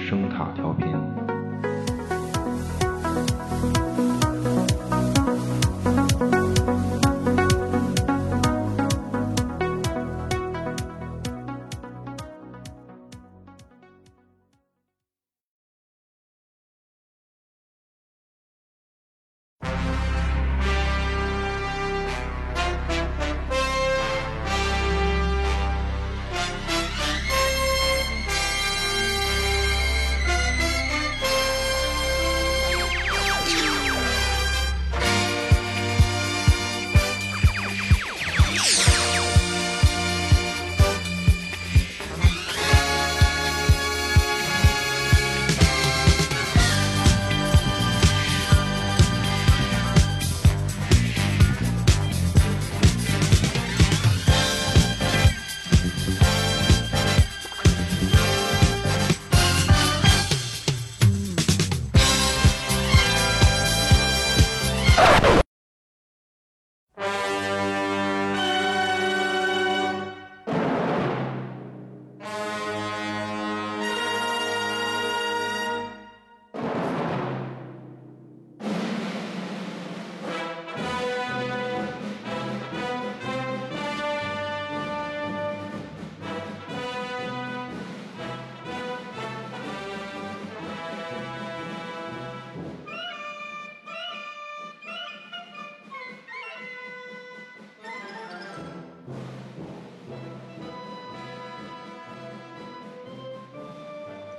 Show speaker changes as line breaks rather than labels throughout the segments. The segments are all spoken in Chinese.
声塔调频。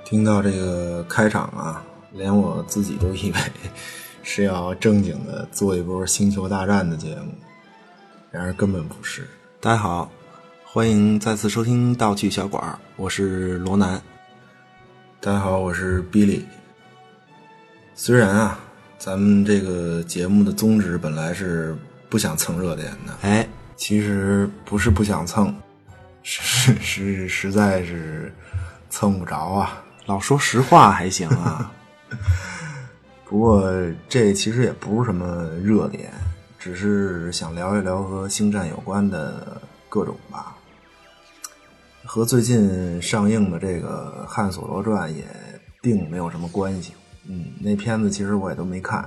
听到这个开场啊，连我自己都以为是要正经的做一波《星球大战》的节目，然而根本不是。
大家好，欢迎再次收听《盗趣小馆》，我是罗南。
大家好，我是 Billy。虽然啊，咱们这个节目的宗旨本来是不想蹭热点的，
哎，
其实不是不想蹭，是是是实在是蹭不着啊。
老说实话还行啊，
不过这其实也不是什么热点，只是想聊一聊和星战有关的各种吧。和最近上映的这个《汉索罗传》也并没有什么关系。嗯，那片子其实我也都没看。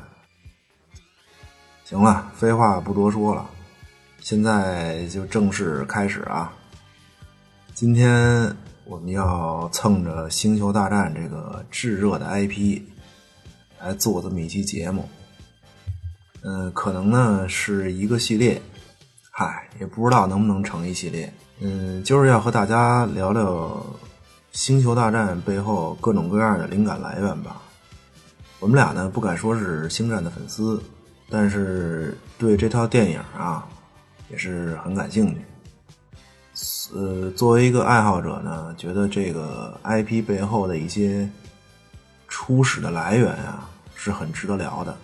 行了，废话不多说了，现在就正式开始啊。今天我们要蹭着《星球大战》这个炙热的 IP 来做这么一期节目。嗯，可能呢是一个系列，嗨，也不知道能不能成一系列。嗯，就是要和大家聊聊《星球大战》背后各种各样的灵感来源吧。我们俩呢不敢说是星战的粉丝，但是对这套电影啊也是很感兴趣。呃，作为一个爱好者呢，觉得这个 IP 背后的一些初始的来源啊，是很值得聊的。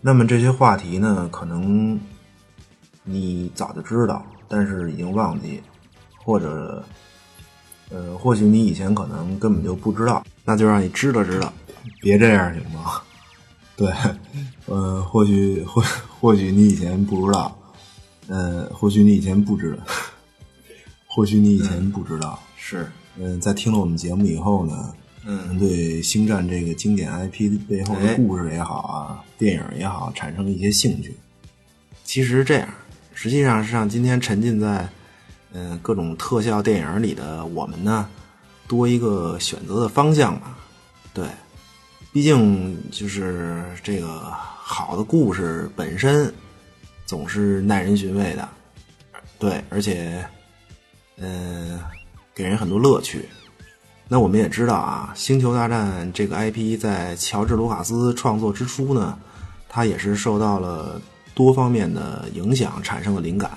那么这些话题呢，可能你早就知道，但是已经忘记，或者呃，或许你以前可能根本就不知道。
那就让你知道知道。
别这样行吗？ 对，呃，或许或或许你以前不知道，呃，或许你以前不知道， 或许你以前不知道，
是，
嗯、在听了我们节目以后呢，
嗯，
对《星战》这个经典 IP 背后
哎
的故事也好啊，电影也好，产生一些兴趣。
其实这样，实际上是让今天沉浸在嗯、呃各种特效电影里的我们呢，多一个选择的方向吧。对，毕竟就是这个好的故事本身总是耐人寻味的，对，而且嗯、呃给人很多乐趣。那我们也知道啊，《星球大战》这个 IP 在乔治·卢卡斯创作之初呢，它也是受到了多方面的影响产生的灵感。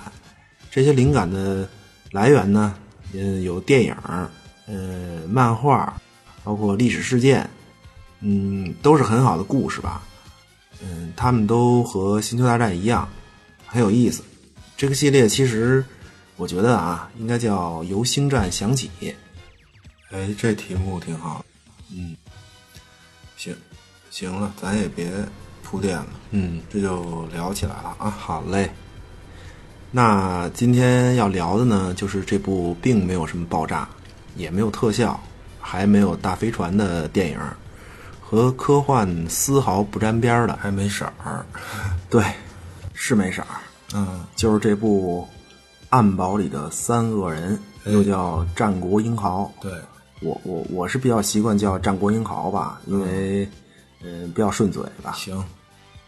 这些灵感的来源呢，嗯，有电影儿、呃，漫画，包括历史事件，嗯，都是很好的故事吧。嗯，他们都和《星球大战》一样，很有意思。这个系列其实，我觉得啊，应该叫由星战想起。
哎，这题目挺好。嗯，行，行了，咱也别铺垫了，
嗯，
这就聊起来了啊。
好嘞。那今天要聊的呢，就是这部并没有什么爆炸，也没有特效，还没有大飞船的电影，和科幻丝毫不沾边儿的。
还没色儿，
对，是没色儿，
嗯，
就是这部《暗堡里的三恶人》，又叫《战国英豪》。
哎对，
我我我是比较习惯叫《战国英豪》吧，因为嗯、比较顺嘴吧。
行，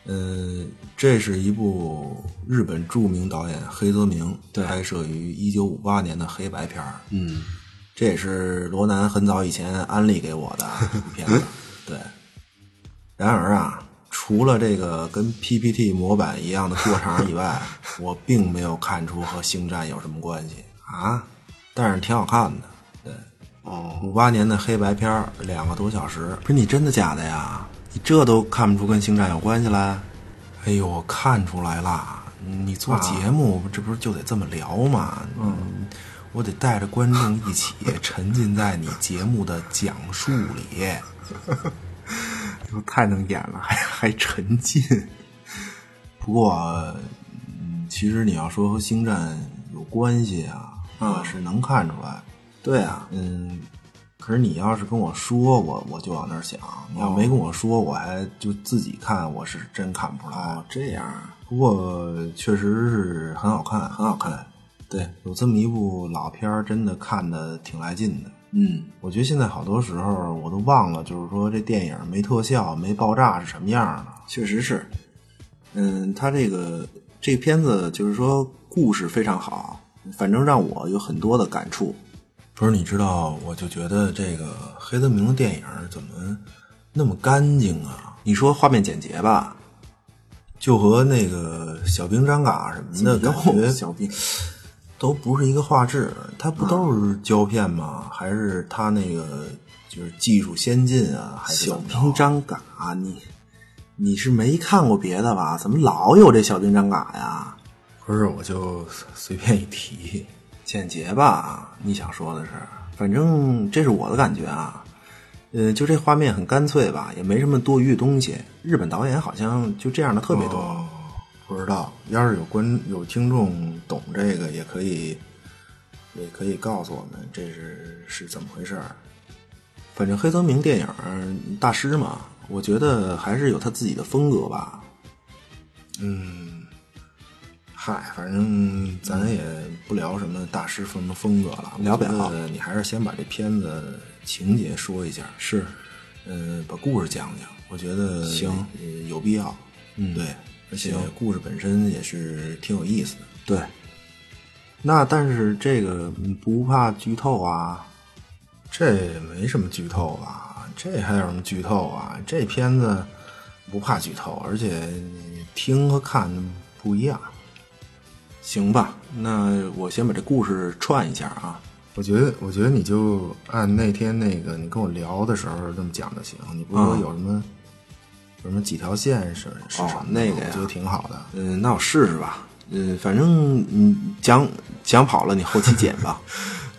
嗯，这是一部日本著名导演黑泽明
对
拍摄于一九五八年的黑白片儿，
嗯，
这也是罗南很早以前安利给我的一部片子。对，然而啊，除了这个跟 PPT 模板一样的过场以外，我并没有看出和星战有什么关系啊，但是挺好看的。对，
哦，
五八年的黑白片儿，两个多小时。
不是你真的假的呀？你这都看不出跟星战有关系来？
哎呦，我看出来啦！你做节目、这不是就得这么聊吗？啊嗯，我得带着观众一起 沉浸在你节目的讲述 里。
太能演了，还还沉浸。
不过，嗯其实你要说和星战有关系啊，我是能看出来。
对啊，
嗯，可是你要是跟我说，我我就往那儿想；你要没跟我说，我还就自己看，我是真看不出来。
这样啊
不过确实是很好看，很好看。对，有这么一部老片儿，真的看的挺来劲的。
嗯，
我觉得现在好多时候我都忘了，就是说这电影没特效、没爆炸是什么样的。
确实是。嗯，他这个这片子就是说故事非常好，反正让我有很多的感触。
不是，你知道，我就觉得这个黑泽明的电影怎么那么干净啊？
你说画面简洁吧？
就和那个小兵张嘎什么的感觉
小兵，
都不是一个画质，它不都是胶片吗？还是它那个就是技术先进啊？还是
小
怎么着
兵张嘎，你你是没看过别的吧？怎么老有这小兵张嘎呀？
不是，我就随便一提。
简洁吧？你想说的是，反正这是我的感觉啊。呃，就这画面很干脆吧，也没什么多余的东西。日本导演好像就这样的特别多。
哦，不知道。要是有观有听众懂这个，也可以也可以告诉我们这是是怎么回事儿。
反正黑泽明电影儿大师嘛，我觉得还是有他自己的风格吧。
嗯嗨，反正咱也不聊什么大师什么风格了，
聊不了
我觉得你还是先把这片子情节说一下，
是，
嗯，把故事讲讲，我觉得
行
呃有必要。
嗯
对，而且
行
故事本身也是挺有意思的。
对。那但是这个嗯不怕剧透啊？
这没什么剧透吧？这还有什么剧透啊？这片子不怕剧透，而且你听和看不一样。
行吧，那我先把这故事串一下啊。
我觉得，我觉得你就按那天那个你跟我聊的时候那么讲就行。你不是说
嗯哦
有什么、有什么几条线是是什么的吗、
那个呀
我觉得挺好的。
嗯，那我试试吧。嗯，反正嗯讲讲跑了，你后期剪吧。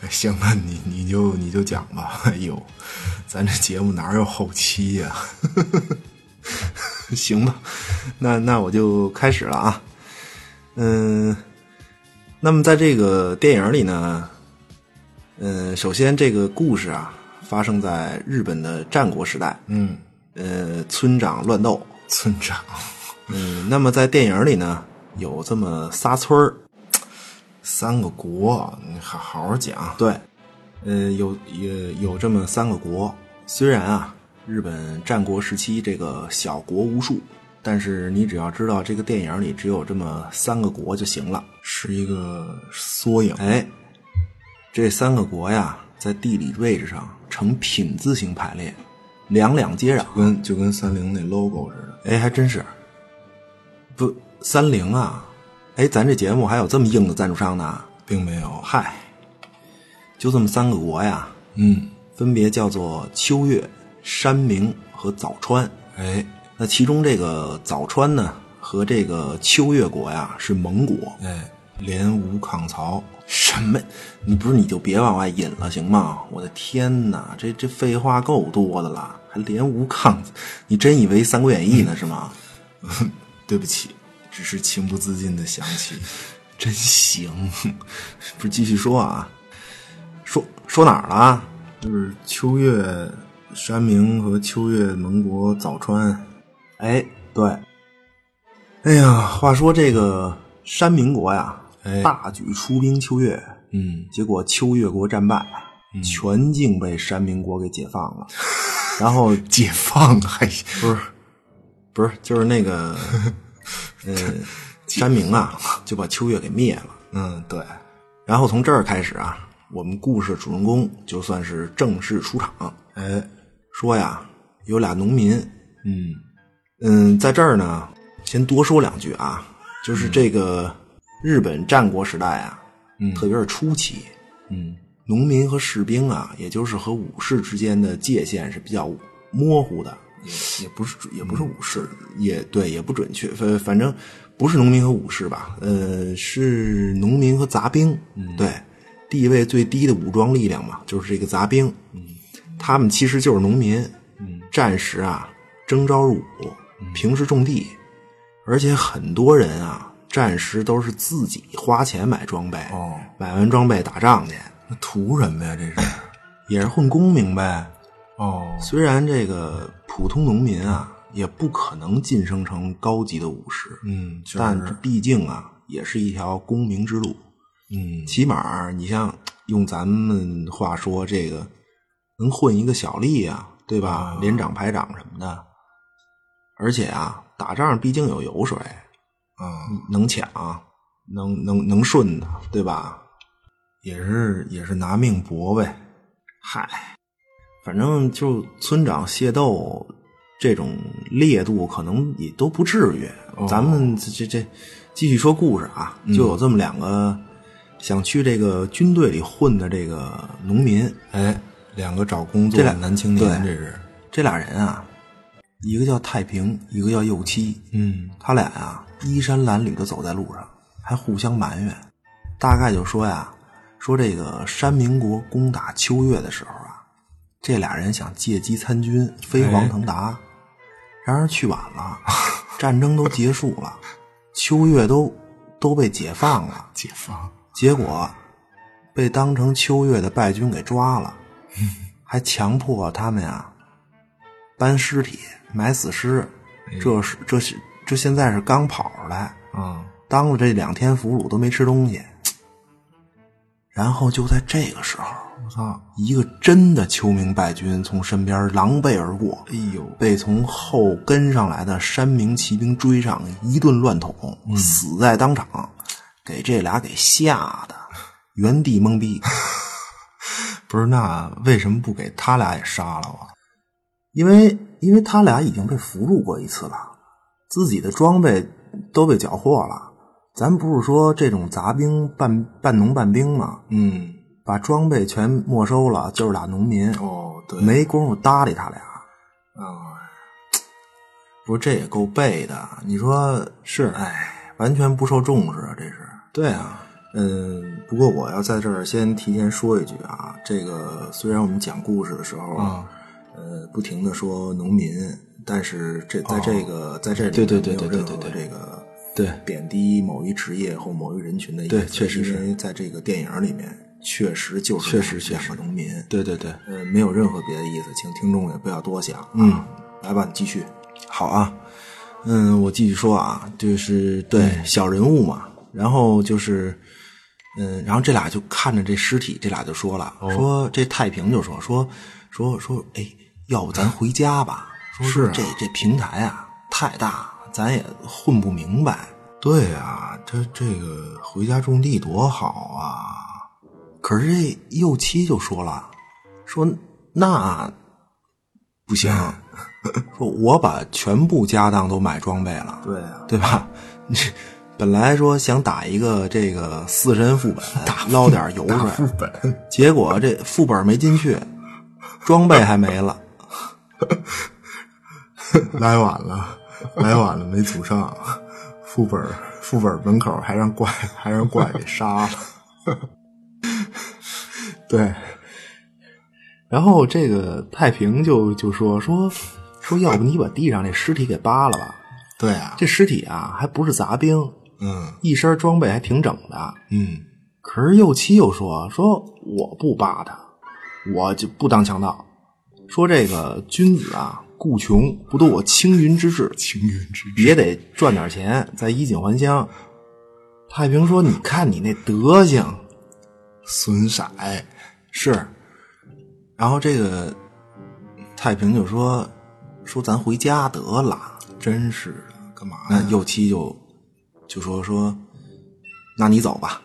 行吧，你你就你就讲吧。 哎呦，咱这节目哪有后期呀、
行吧，那那我就开始了啊。嗯，那么在这个电影里呢，嗯，首先这个故事啊，发生在日本的战国时代，
嗯，
呃，村长乱斗。
村长，
嗯，那么在电影里呢，有这么仨村儿，
三个国，你好好讲。
对，呃，有也有这么三个国。虽然啊，日本战国时期这个小国无数，但是你只要知道这个电影里只有这么三个国就行了。
是一个缩影。
哎，这三个国呀，在地理位置上呈品字形排列，两两接壤。
跟就跟三菱那 logo 似的。
哎，还真是。不，三菱啊，哎，咱这节目还有这么硬的赞助商呢？
并没有。
嗨，就这么三个国呀，
嗯，
分别叫做秋月、山明和早川。
哎
那其中这个早川呢，和这个秋月国呀是盟国。
哎，联吴抗曹，
什么？你不是你就别往外引了，行吗？我的天哪，这这废话够多的了，还连吴抗，你真以为《三国演义》呢是吗？
对不起，只是情不自禁的想起。
真行！不是继续说啊，说说哪儿了啊？
就是秋月山明和秋月盟国早川。
哎，对，哎呀，话说这个山明国呀，
哎
大举出兵秋月，
嗯，
结果秋月国战败，全境被山明国给解放了。然后
解放还不是
不是，就是那 个，呃，山明啊，就把秋月给灭了。
嗯对，
然后从这儿开始啊，我们故事主人公就算是正式出场，
哎
说呀，有俩农民，
嗯
嗯，在这儿呢，先多说两句啊，就是这个日本战国时代啊，
嗯
特别是初期，
嗯
农民和士兵啊，也就是和武士之间的界限是比较模糊的，
也不是也不是武士，
也对，也不准确，反反正不是农民和武士吧，呃，是农民和杂兵，
嗯
对，地位最低的武装力量嘛，就是这个杂兵，
嗯
他们其实就是农民，战时啊征召入伍，
嗯
平时种地，而且很多人啊战时都是自己花钱买装备，
哦
买完装备打仗去，
那图什么呀？这是
也是混功名呗，
哦
虽然这个普通农民啊，也不可能晋升成高级的武士，
嗯，确
但
实
毕竟啊，也是一条功名之路。
嗯
起码你像用咱们话说，这个能混一个小吏啊，对吧？连长、排长什么的。而且啊，嗯打仗毕竟有油水，
啊
能抢，能能能顺的，对吧？
也是也是拿命搏呗。
嗨，反正就村长械斗这种烈度，可能也都不至于。
哦
咱们这这这继续说故事啊，
嗯
就有这么两个想去这个军队里混的这个农民，
哎，两个找工作
这俩
的男青年，
对
这是
这俩人啊，一个叫太平，一个叫右七，
嗯
他俩啊衣衫褴褛的走在路上，还互相埋怨，大概就说呀，说这个山明国攻打秋月的时候啊，这俩人想借机参军飞黄腾达，然而去晚了，战争都结束了，秋月都都被解放了，
解放
结果被当成秋月的败军给抓了，还强迫他们呀搬尸体、埋死尸。这是这是这现在是刚跑出来，
啊
当了这两天俘虏都没吃东西。然后就在这个时候，
我操！
一个真的秋明败军从身边狼狈而过，
哎呦，
被从后跟上来的山明骑兵追上，一顿乱捅，死在当场，给这俩给吓得原地懵逼。
不是那为什么不给他俩也杀了啊？
因为因为他俩已经被俘虏过一次了，自己的装备都被缴获了。咱不是说这种杂兵半半农半兵吗？
嗯
把装备全没收了，就是俩农民，
哦对
没工夫搭理他俩。
啊
不是，这也够背的。你说是？哎，完全不受重视啊，这是。
对啊。
嗯，不过我要在这儿先提前说一句啊，这个虽然我们讲故事的时候，
啊
呃，不停的说农民，但是这在这个、在这里
哦对对对
没有
对
任
对
何
对对
这个
对
贬低某一职业或某一人群的意思，
对确实是
因为在这个电影里面确实就是
确实确
两
实
个农民，
对对对，
呃，没有任何别的意思，请听众也不要多想。嗯，来吧，你继续。好啊，嗯，我继续说啊，就是对、小人物嘛，然后就是，嗯，然后这俩就看着这尸体，这俩就说了，说这太平就说说说说，哎，要不咱回家吧？说
是啊
这这平台啊太大，咱也混不明白。
对啊，他这个回家种地多好啊！
可是这右七就说了，说那不行， 说我把全部家当都买装备了，
对啊，
对吧？你本来说想打一个这个四神副本，捞点油水，
本
结果这副本没进去，装备还没了。
来晚了，来晚了，没组上。副本副本门口还让怪还让怪给杀了。 对，
然后这个太平就就说说说，要不你把地上这尸体给扒了吧？
对啊，
这尸体啊，还不是杂兵，
嗯
一身装备还挺整的。
嗯
可是右七又说：“说我不扒他，我就不当强盗。说这个君子啊，固穷，不堕我青云之志，
青云之
也得赚点钱，再衣锦还乡。太平说：“你看你那德行，
损色，
是。”然后这个太平就说：“说咱回家得了。
真是的，干嘛”
那
呀？
右七就就说说：“那你走吧，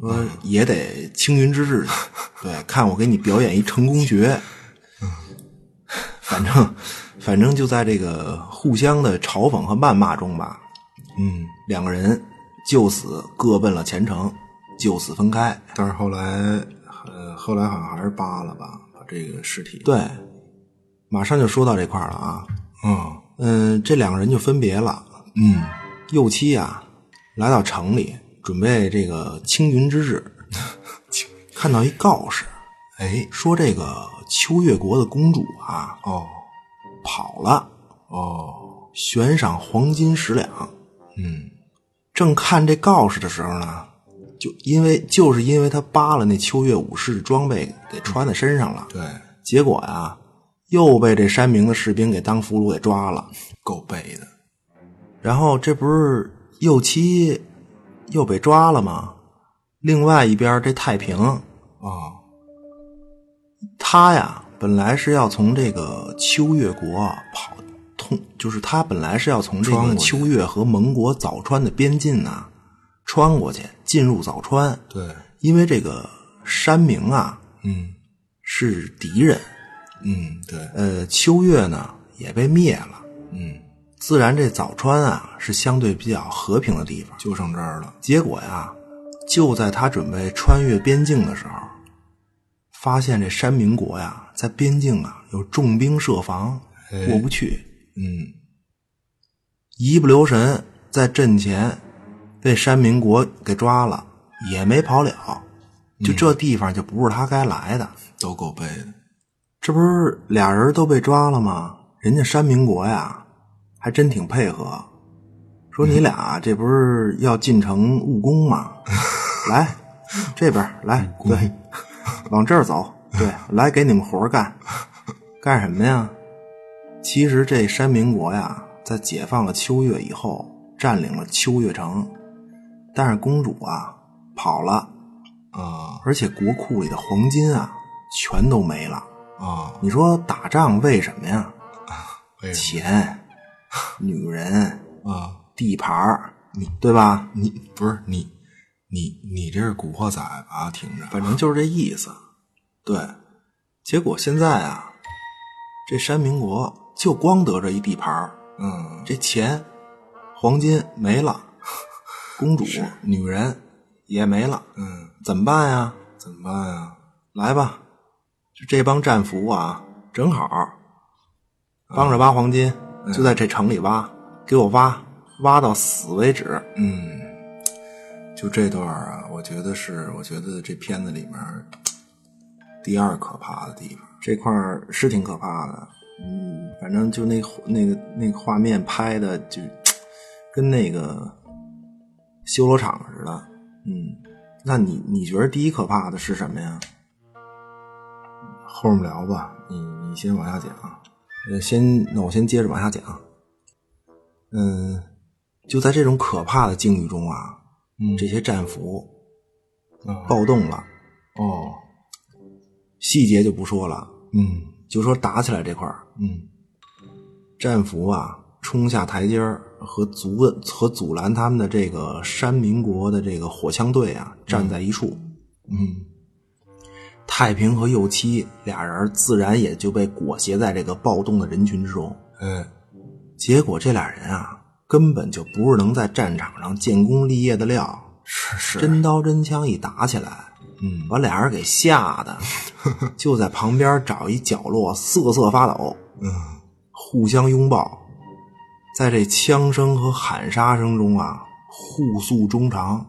说
嗯
也得青云之志，对，看我给你表演一成功学。”嗯反正反正就在这个互相的嘲讽和谩骂中吧，
嗯，
两个人就此各奔了前程，就此分开。
但是后来，呃，后来好像还是扒了吧，把这个尸体。，
对，马上就说到这块儿了啊。
嗯
嗯，这两个人就分别了。
嗯，
右七啊，来到城里准备这个青云之 志，看到一告示，
哎，
说这个秋月国的公主啊
哦
跑了，
哦，
悬赏黄金十两。
嗯，
正看这告示的时候呢，就因为就是因为他扒了那秋月武士的装备给穿在身上了，
对，
结果呀、又被这山明的士兵给当俘虏给抓了。
够背的。
然后这不是右七又被抓了吗？另外一边这太平，
哦，
他呀本来是要从这个秋月国跑通，就是他本来是要从这
穿
个
过去
秋月和盟国早川的边境啊穿过去进入早川，
对，
因为这个山明啊
嗯
是敌人，
嗯，对，
呃，秋月呢也被灭了，
嗯，
自然这早川啊是相对比较和平的地方。
就剩这儿了。
结果呀，就在他准备穿越边境的时候，发现这山民国呀，在边境啊有重兵设防，
哎
过不去，
嗯，
一不留神在阵前被山民国给抓了，也没跑了。
嗯
就这地方就不是他该来的，
都够背的。
这不是俩人都被抓了吗？人家山民国呀，还真挺配合，说你俩这不是要进城务工吗？来，这边儿来，对，往这儿走，对，来给你们活儿干，干什么呀？其实这山民国呀，在解放了秋月以后，占领了秋月城，但是公主啊跑了，
啊
而且国库里的黄金啊全都没了。
啊，
你说打仗为什么哎呀？
为什
钱、 女人、
么啊？
地盘儿，对吧？
你不是你，你你这是古惑仔吧？听着，
反正就是这意思。对，结果现在啊，这山民国就光得这一地盘儿，
嗯，
这钱、黄金没了， 公主、女人也没了，
嗯，
怎么办呀？
怎么办啊呀？
来吧，就这帮战俘啊，嗯正好帮着挖黄金，就在这城里挖，给我挖，挖到死为止。
嗯，就这段儿啊，我觉得是，我觉得这片子里面儿第二可怕的地方。
这块儿是挺可怕的，嗯，反正就那那个那个画面拍的就跟那个修罗场似的，嗯。那你你觉得第一可怕的是什么呀？
后面聊吧，你你先往下讲。
呃，先那我先接着往下讲。啊嗯，就在这种可怕的境遇中啊，
嗯
这些战俘
哦
暴动了，
哦，
细节就不说了，
嗯
就说打起来这块儿，
嗯
战俘啊冲下台阶儿和阻和阻拦他们的这个山民国的这个火枪队啊站在一处，
嗯
太平和右七俩人自然也就被裹挟在这个暴动的人群之中。
哎
结果这俩人啊根本就不是能在战场上建功立业的料，
是是
真刀真枪一打起来，
嗯
把俩人给吓得就在旁边找一角落瑟瑟发抖。
嗯
互相拥抱，在这枪声和喊杀声中啊，互诉衷肠，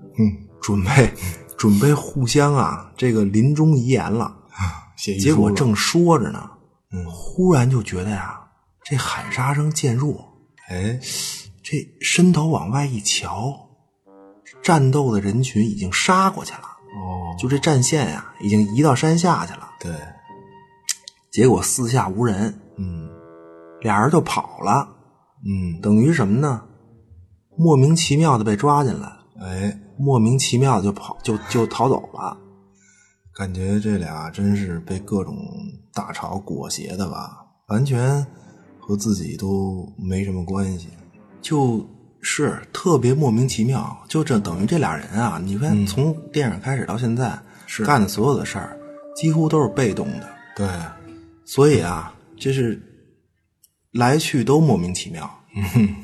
嗯，
准备准备互相啊，这个临终遗言了。
写遗
结
书啊
果
了
正说着呢，
嗯
忽然就觉得呀、这喊杀声渐弱，
哎
这伸头往外一瞧，战斗的人群已经杀过去了。
哦，
就这战线呀、已经移到山下去了。
对，
结果四下无人，
嗯
俩人就跑了，
嗯，
等于什么呢？莫名其妙的被抓进来，
哎，
莫名其妙的就跑就就逃走了。
感觉这俩真是被各种大潮裹挟的吧，完全和自己都没什么关系。
就是特别莫名其妙，就这等于这俩人啊，你看从电影开始到现在，
是
干的所有的事儿几乎都是被动的，
对，
所以啊，这是来去都莫名其妙。嗯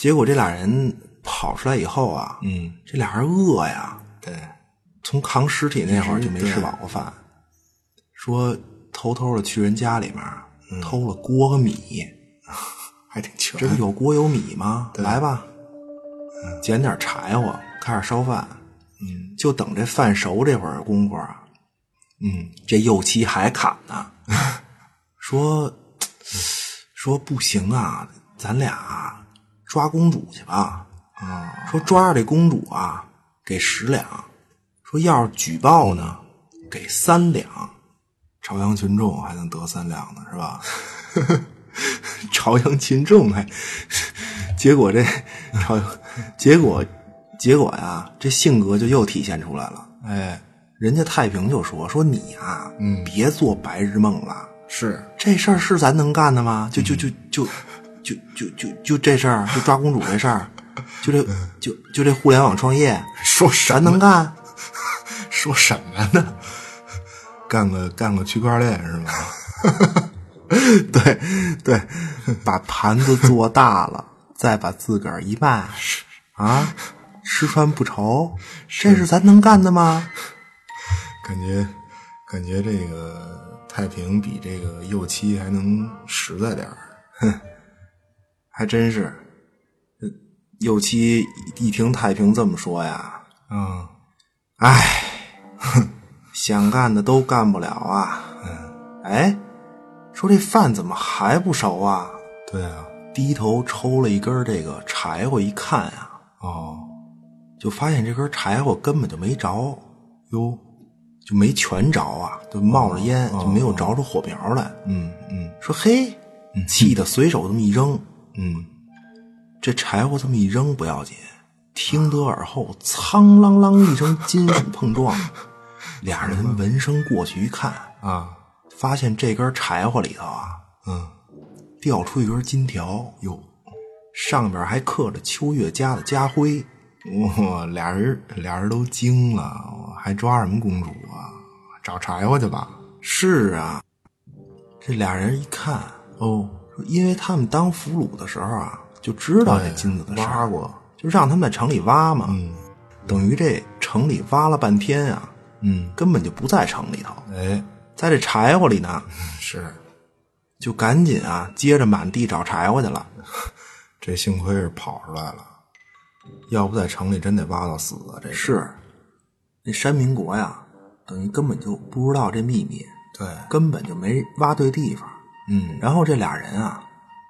结果这俩人跑出来以后啊，
嗯，
这俩人饿呀，
对，
从扛尸体那会儿就没
对
吃饱过饭，说偷偷的去人家里面、偷了锅和米，
还挺全
这不有锅有米吗？来吧，捡点柴火，开始烧饭。
嗯
就等这饭熟这会儿功夫啊，
嗯，
这右七还砍呢， 说说不行啊，咱俩抓公主去吧。
啊，
说抓着这公主啊，给十两；说要是举报呢，给三两。
朝阳群众还能得三两呢，是吧？
朝阳群众还，结果这 朝阳，结果结果呀，这性格就又体现出来了。
哎，
人家太平就说说你啊，
嗯
别做白日梦了，
是，
这事儿是咱能干的吗？就就
嗯
就就就就就就这事儿，就抓公主这事儿，就这就就这互联网创业，
嗯 说什
咱能干？
说什么呢？干个干个区块链是吗？
对对，把盘子做大了，再把自个儿一卖，啊，吃穿不愁，这是咱能干的吗？
感觉感觉这个太平比这个右七还能实在点儿。
还真是，呃有期一听太平这么说呀，
嗯，
想干的都干不了啊。哎，说这饭怎么还不熟啊？
对啊，
低头抽了一根这个柴火，一看啊，
哦，
就发现这根柴火根本就没着，哟，就没全着啊，就冒着烟，就没有着出火苗来。
嗯嗯
说嘿，气得随手这么一扔，
嗯，
这柴火这么一扔不要紧，听得耳后苍啷啷一声金属碰撞，俩人闻声过去一看，
啊，
发现这根柴火里头啊
嗯，
掉出一根金条，哟，上面还刻着秋月家的家徽。
哇，俩人俩人都惊了，我还抓什么公主啊？找柴火去吧。
是啊，这俩人一看，
哦，
说因为他们当俘虏的时候啊，就知道这金子的事
挖
儿，
过，
就让他们在城里挖嘛。
嗯
等于这城里挖了半天啊，
嗯，
根本就不在城里头，
哎，
在这柴火里呢，
是，
就赶紧啊，接着满地找柴火去了。
这幸亏是跑出来了，要不在城里真得挖到死啊！这个
是，那山民国呀，等于根本就不知道这秘密，
对，
根本就没挖对地方。
嗯
然后这俩人啊，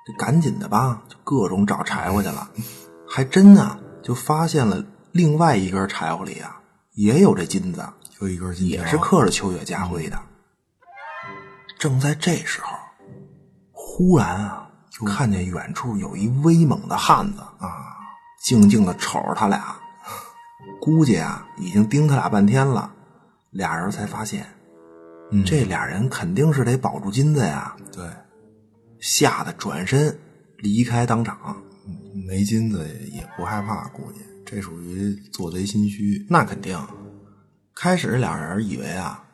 就赶紧的吧，就各种找柴火去了， 还真啊，就发现了另外一根柴火里啊，也有这金子，
就一根金条
也是刻着秋月家徽的。正在这时候，忽然啊，就看见远处有一威猛的汉子
啊，
静静的瞅着他俩，估计啊已经盯他俩半天了，俩人才发现，
嗯
这俩人肯定是得保住金子呀，
对，
吓得转身离开当场。
没金子也不害怕，估计这属于做贼心虚。
那肯定，开始俩人以为啊，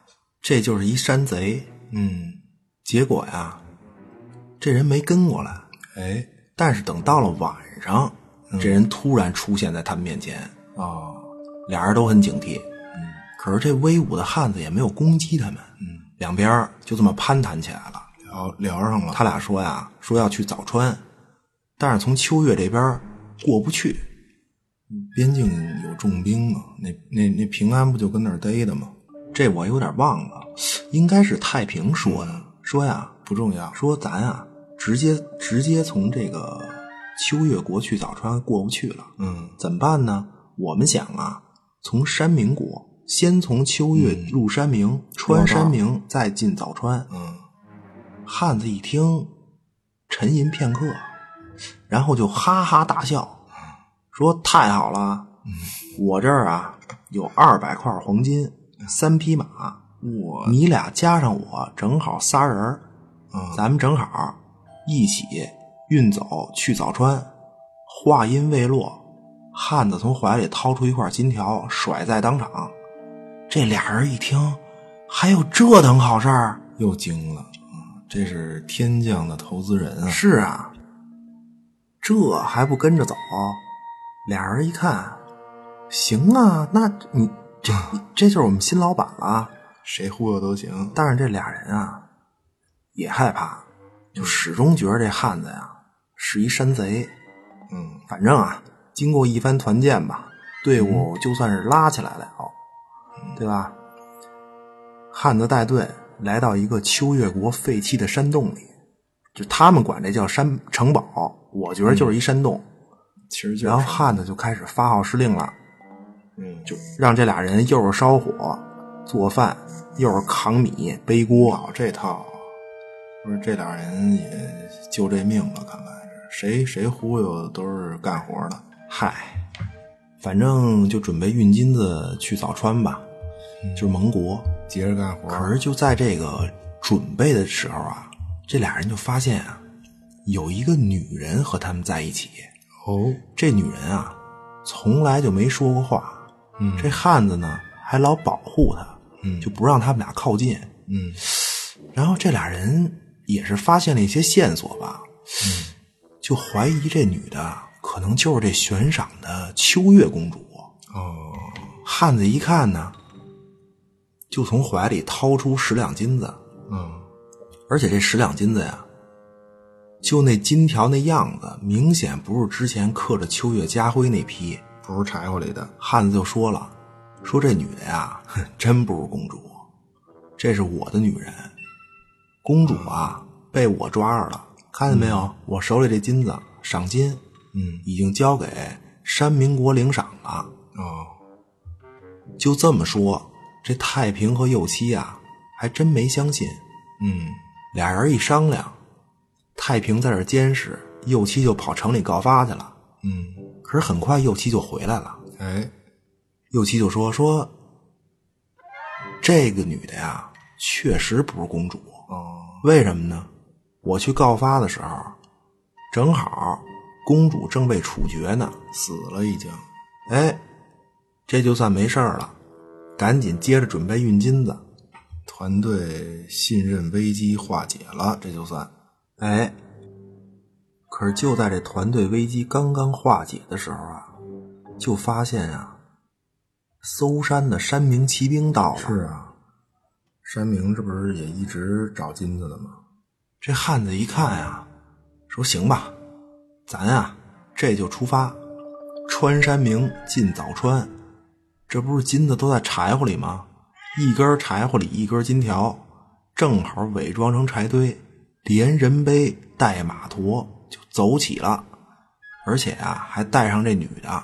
这就是一山贼，
嗯，
结果呀，这人没跟过来。
哎，
但是等到了晚上，这人突然出现在他们面前，
哦，
俩人都很警惕。可是这威武的汉子也没有攻击他们，
嗯
两边儿就这么攀谈起来了。
聊聊上了，
他俩说呀，说要去早川，但是从秋月这边儿过不去。
边境有重兵啊，那那那平安不就跟那儿逮的吗？
这我有点忘了，应该是太平说的，说呀，
嗯不重要，
说咱啊，直接直接从这个秋月国去早川过不去了，
嗯
怎么办呢？我们想啊，从山民国先从秋月
嗯
入山明，穿山明，再进早川。
嗯，
汉子一听，沉吟片刻，然后就哈哈大笑，说：“太好了，
嗯
我这儿啊有二百块黄金，三匹马，
嗯我
你俩加上我正好仨人儿，
嗯
咱们正好一起运走去早川。”话音未落，汉子从怀里掏出一块金条，甩在当场。这俩人一听，还有这等好事儿？
又惊了，嗯这是天降的投资人啊！
是啊，这还不跟着走？俩人一看，行啊，那你这这就是我们新老板了。
嗯谁忽悠都行，
但是这俩人啊，也害怕，就始终觉得这汉子呀是一山贼。
嗯
反正啊，经过一番团建吧，队伍
嗯
就算是拉起来了，对吧？汉子带队来到一个秋月国废弃的山洞里，就他们管这叫山城堡，我觉得
嗯
就是一山洞。
其实就是
然后汉子就开始发号施令了，
嗯
就让这俩人又是烧火做饭，又是扛米背锅。
老哦这套，不是这俩人也就这命了，看来是谁谁忽悠都是干活的。
嗨，反正就准备运金子去早川吧，
嗯
就是盟国。
急着干活，
可是就在这个准备的时候啊，这俩人就发现啊，有一个女人和他们在一起。
哦，
这女人啊，从来就没说过话。
嗯
这汉子呢，还老保护她，
嗯
就不让他们俩靠近。
嗯
然后这俩人也是发现了一些线索吧，就怀疑这女的可能就是这悬赏的秋月公主。
哦，
汉子一看呢，就从怀里掏出十两金子，
嗯
而且这十两金子呀，就那金条那样子，明显不是之前刻着秋月家徽那批。
不是柴火里的，
汉子就说了，说这女的呀，哼真不是公主，这是我的女人。公主啊，被我抓着了，看见没有？我手里这金子赏金
嗯
已经交给山民国领赏了。
哦，
就这么说，这太平和右七啊，还真没相信。
嗯
俩人一商量，太平在这儿监视，右七就跑城里告发去了。
嗯，
可是很快右七就回来了，
哎，
右七就说说，这个女的呀，确实不是公主。
哦，
为什么呢？我去告发的时候，正好公主正被处决呢。
死了已经，
哎，这就算没事儿了，赶紧接着准备运金子。
团队信任危机化解了，这就算，
哎，可是就在这团队危机刚刚化解的时候啊，就发现啊，搜山的山明骑兵到了。
是啊，山明这不是也一直找金子呢吗？
这汉子一看啊，说行吧，咱啊这就出发，穿山明进早川，这不是金子都在柴火里吗？一根柴火里一根金条，正好伪装成柴堆，连人背带马驮就走起了，而且啊还带上这女的，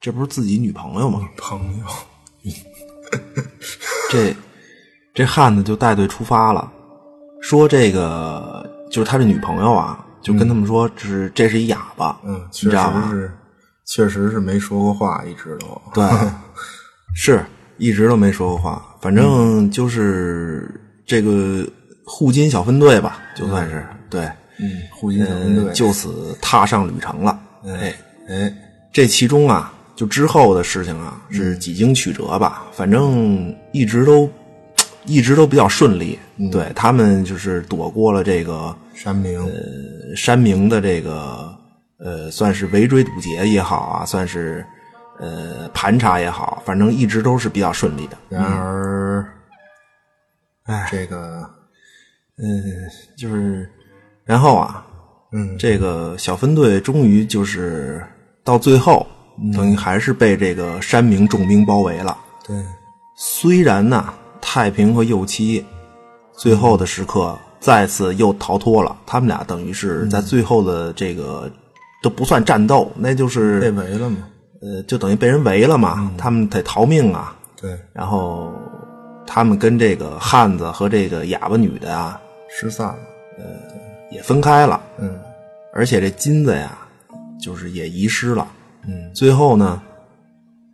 这不是自己女朋友吗？
朋友，
这这汉子就带队出发了，说这个就是他这女朋友啊，就跟他们说这是、这是一哑巴，
嗯，
你
确
知道吧
实是，确实是没说过话，一直都，
对，是一直都没说过话，反
嗯
正就是这个护金小分队吧，就算是、对，
嗯，护金小分队，
呃就此踏上旅程了。哎，
嗯哎，
这其中啊，就之后的事情啊，
嗯
是几经曲折吧，反正一直都一直都比较顺利。
嗯
对他们就是躲过了这个
山明，
呃山明的这个呃，算是围追堵截也好啊，算是呃盘查也好，反正一直都是比较顺利的。
然而，
嗯哎，
这个，
嗯，就是然后啊，
嗯，
这个小分队终于就是到最后，等于还是被这个山明重兵包围了。
对，
虽然呢、太平和右七最后的时刻再次又逃脱了，他们俩等于是在最后的这个、都不算战斗，那就是
被围了嘛，
呃，就等于被人围了嘛，他们得逃命啊。
对，
然后他们跟这个汉子和这个哑巴女的啊
失散了，
也分开了，
嗯
而且这金子呀，就是也遗失了。
嗯，
最后呢，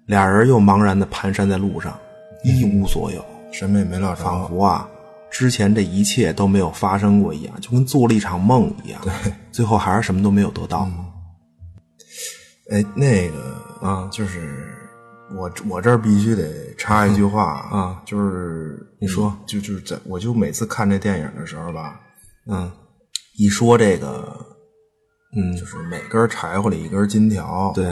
俩人又茫然的蹒跚在路上，一无所有，
什么也没落
仿
着，
佛啊，之前这一切都没有发生过一样，就跟做了一场梦一样。最后还是什么都没有得到。
嗯哎，那个
啊
就是我我这儿必须得插一句话
啊，
就是嗯
你说，
就就是在我就每次看这电影的时候吧，
嗯
一说这个
嗯，
就是每根柴火里一根金条，，
对，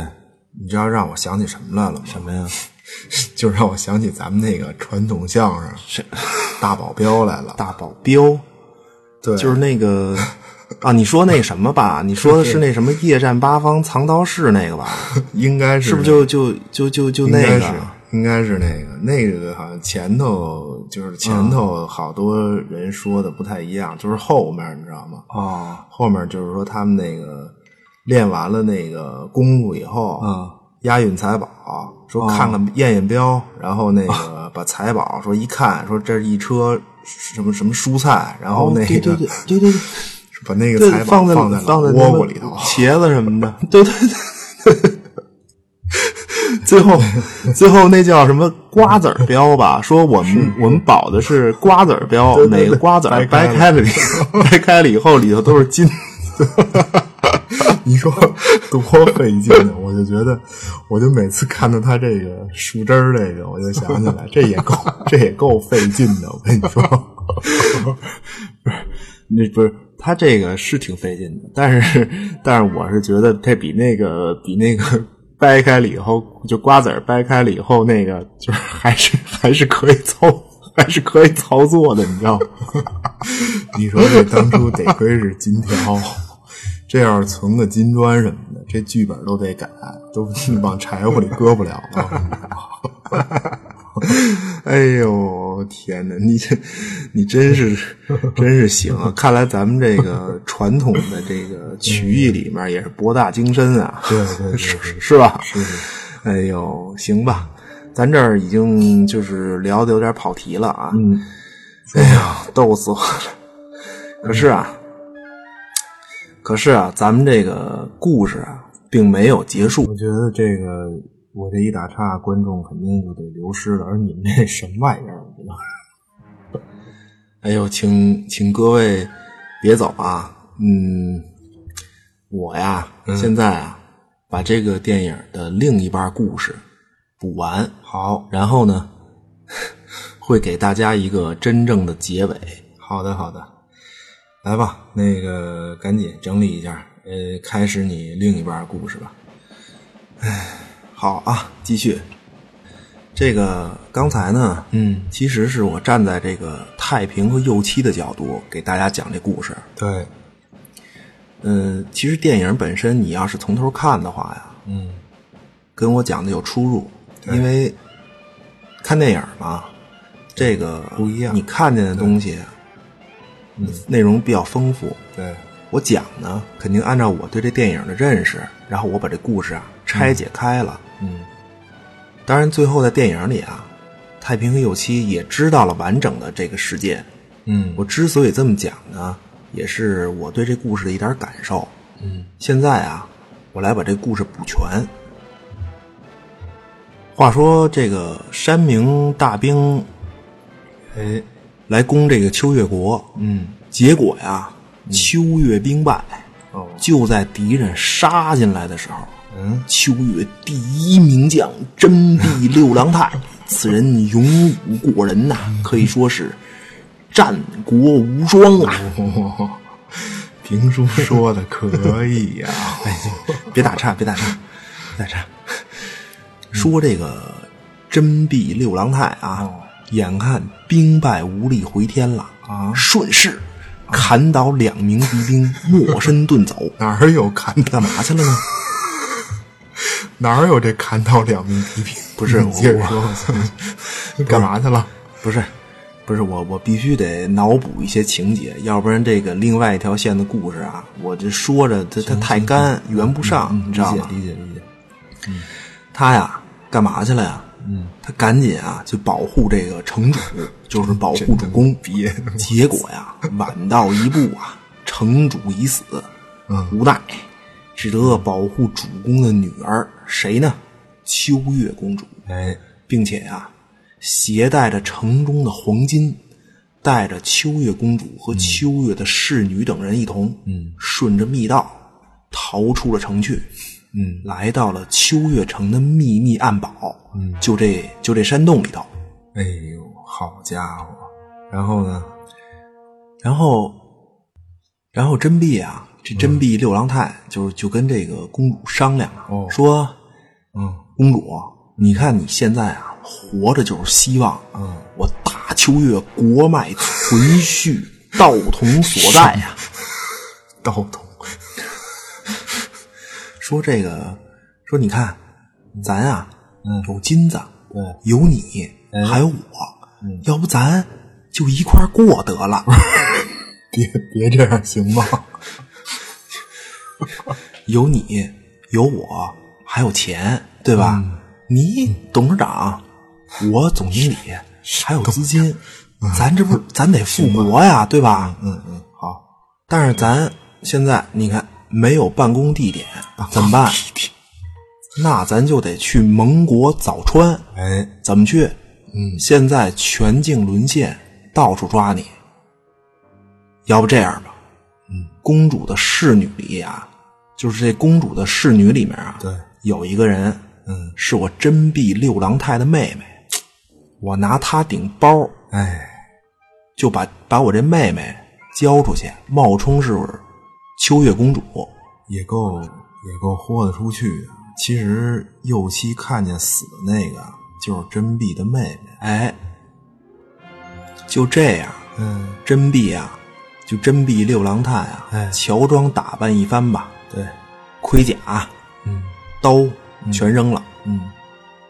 你知道让我想起什么来了吗？
什么呀？
就让我想起咱们那个传统相声
是
大保镖来了，
大保镖，
对，
就是那个啊，你说那什么吧？你说的是那什么夜战八方藏刀士那个吧？
应该是
是不是就就就就就
应
那
该
个
是？应该是那个那个好像前头就是前头好多人说的不太一样，就是后面你知道吗？
哦，
后面就是说他们那个练完了那
呃
个功夫以后，
嗯，哦
押运财
啊
宝，说看看验验标，然后那 个把财宝说一看，说这是一车什么什么蔬菜，然后那个、
哦对对对对对对。
把那个
对，
财宝
放在
放在
放
老
那
窝
个
瓜里头，
茄子什 么的，对对对。 最后，最后那叫什么瓜子儿标吧？说我们我们保的是瓜子儿标，
对对对
每个瓜子儿
掰
掰
开
开了以后，掰开了以后里头都是金。
你说多费劲啊！我就觉得，我就每次看到他这个树枝儿这个，我就想起来，这也够，这也够费劲的。我跟你说，
那不是他这个是挺费劲的，但是但是我是觉得这比那个比那个掰开了以后，就瓜子儿掰开了以后，那个就是还是还是可以操，还是可以操作的，你知道吗？
你说这当初得亏是金条，这要是存个金砖什么的，这剧本都得改，都往柴火里搁不了了。
哎呦天哪，你这你真是真是行啊！看来咱们这个传统的这个曲艺里面也是博大精深啊，
对对 对
是是吧？
是是，
哎呦，行吧，咱这儿已经就是聊的有点跑题了啊，
嗯，
哎呀，逗死我了！可是啊，
嗯
可是啊，咱们这个故事啊，并没有结束。
我觉得这个我这一打岔，观众肯定就得流失了。而你们这什么玩意儿？我觉得
哎呦，请请各位别走啊！嗯，我呀，
嗯
现在啊，把这个电影的另一半故事补完，
好，
然后呢， 会给大家一个真正的结尾。
好的，好的，来吧，那个赶紧整理一下，呃，开始你另一半的故事吧。
好啊，继续。这个刚才呢，
嗯，
其实是我站在这个太平和右七的角度给大家讲这故事。
对，
嗯，其实电影本身，你要是从头看的话呀，
嗯，
跟我讲的有出入，
对
因为看电影嘛，这个不一样，你看见的东西，嗯，内容比较丰富。
对，
我讲呢，肯定按照我对这电影的认识，然后我把这故事啊拆解开了。
嗯，
当然，最后在电影里啊，太平和右七也知道了完整的这个世界。
嗯，
我之所以这么讲呢，也是我对这故事的一点感受。
嗯，
现在啊，我来把这故事补全。话说这个山明大兵
哎，
来攻这个秋月国，
嗯，
结果呀，秋月兵败，
哦，
就在敌人杀进来的时候，
嗯，
秋月第一名将真壁六郎太，此人勇武过人呐、
嗯
可以说是战国无双啊！
哇，评书说的可以呀、
别打岔，别打岔，别打岔。说这个真壁六郎太啊，
哦
眼看兵败无力回天了
啊
顺势砍倒两名敌 兵，没身遁走。
哪儿有砍
干嘛去了呢？
哪儿有这砍倒两名敌兵？
不是
你接着说，干嘛去了？
不是，不是我，我必须得脑补一些情节，要不然这个另外一条线的故事啊，我这说着它它太
嗯
干，圆不上，你知道吗？
理解理解理解，
他呀，干嘛去了呀？嗯，他赶紧啊去保护这个城 主，就是保护主公。
别
结果呀，晚到一步啊，城主已死，
嗯
无奈只得保护主公的女儿，谁呢？秋月公主。
哎，
并且啊，携带着城中的黄金，带着秋月公主和秋月的侍女等人一同，嗯，顺着密道逃出了城去，
嗯，
来到了秋月城的秘密暗堡，嗯，就这就这山洞里头。
哎呦，好家伙！然后呢？
然后，然后真碧啊，这真碧六郎太就是就跟这个公主商量啊，
哦
说
嗯
公主，你看你现在啊，活着就是希望。啊
嗯，
我大秋月国脉存续，道同所在啊呀、
道童，
说这个，说你看，咱啊，
嗯
有金子，
对，
有你，
哎
还有我，
嗯
要不咱就一块儿过得了。
别别这样行吗？
有你，有我，还有钱，对吧？
嗯
你董事长，我总经理，还有资金，咱这不咱得复国呀，对吧？
嗯嗯，好，
但是咱现在你看没有办公地点，
啊
怎么办？那咱就得去盟国早川，
哎，
怎么去？嗯，现在全境沦陷，到处抓你。要不这样吧，嗯，公主的侍女里啊，就是这公主的侍女里面啊，
对，
有一个人，
嗯，
是我真碧六郎太的妹妹，我拿她顶包，
哎，
就把把我这妹妹交出去，冒充是秋月公主。
也够也够豁得出去的。其实右七看见死的那个就是真碧的妹妹。
哎，就这样，
嗯，
真碧啊，就真碧六郎太啊，
哎
乔装打扮一番吧，
对，
盔甲、
嗯
刀全扔了。
嗯，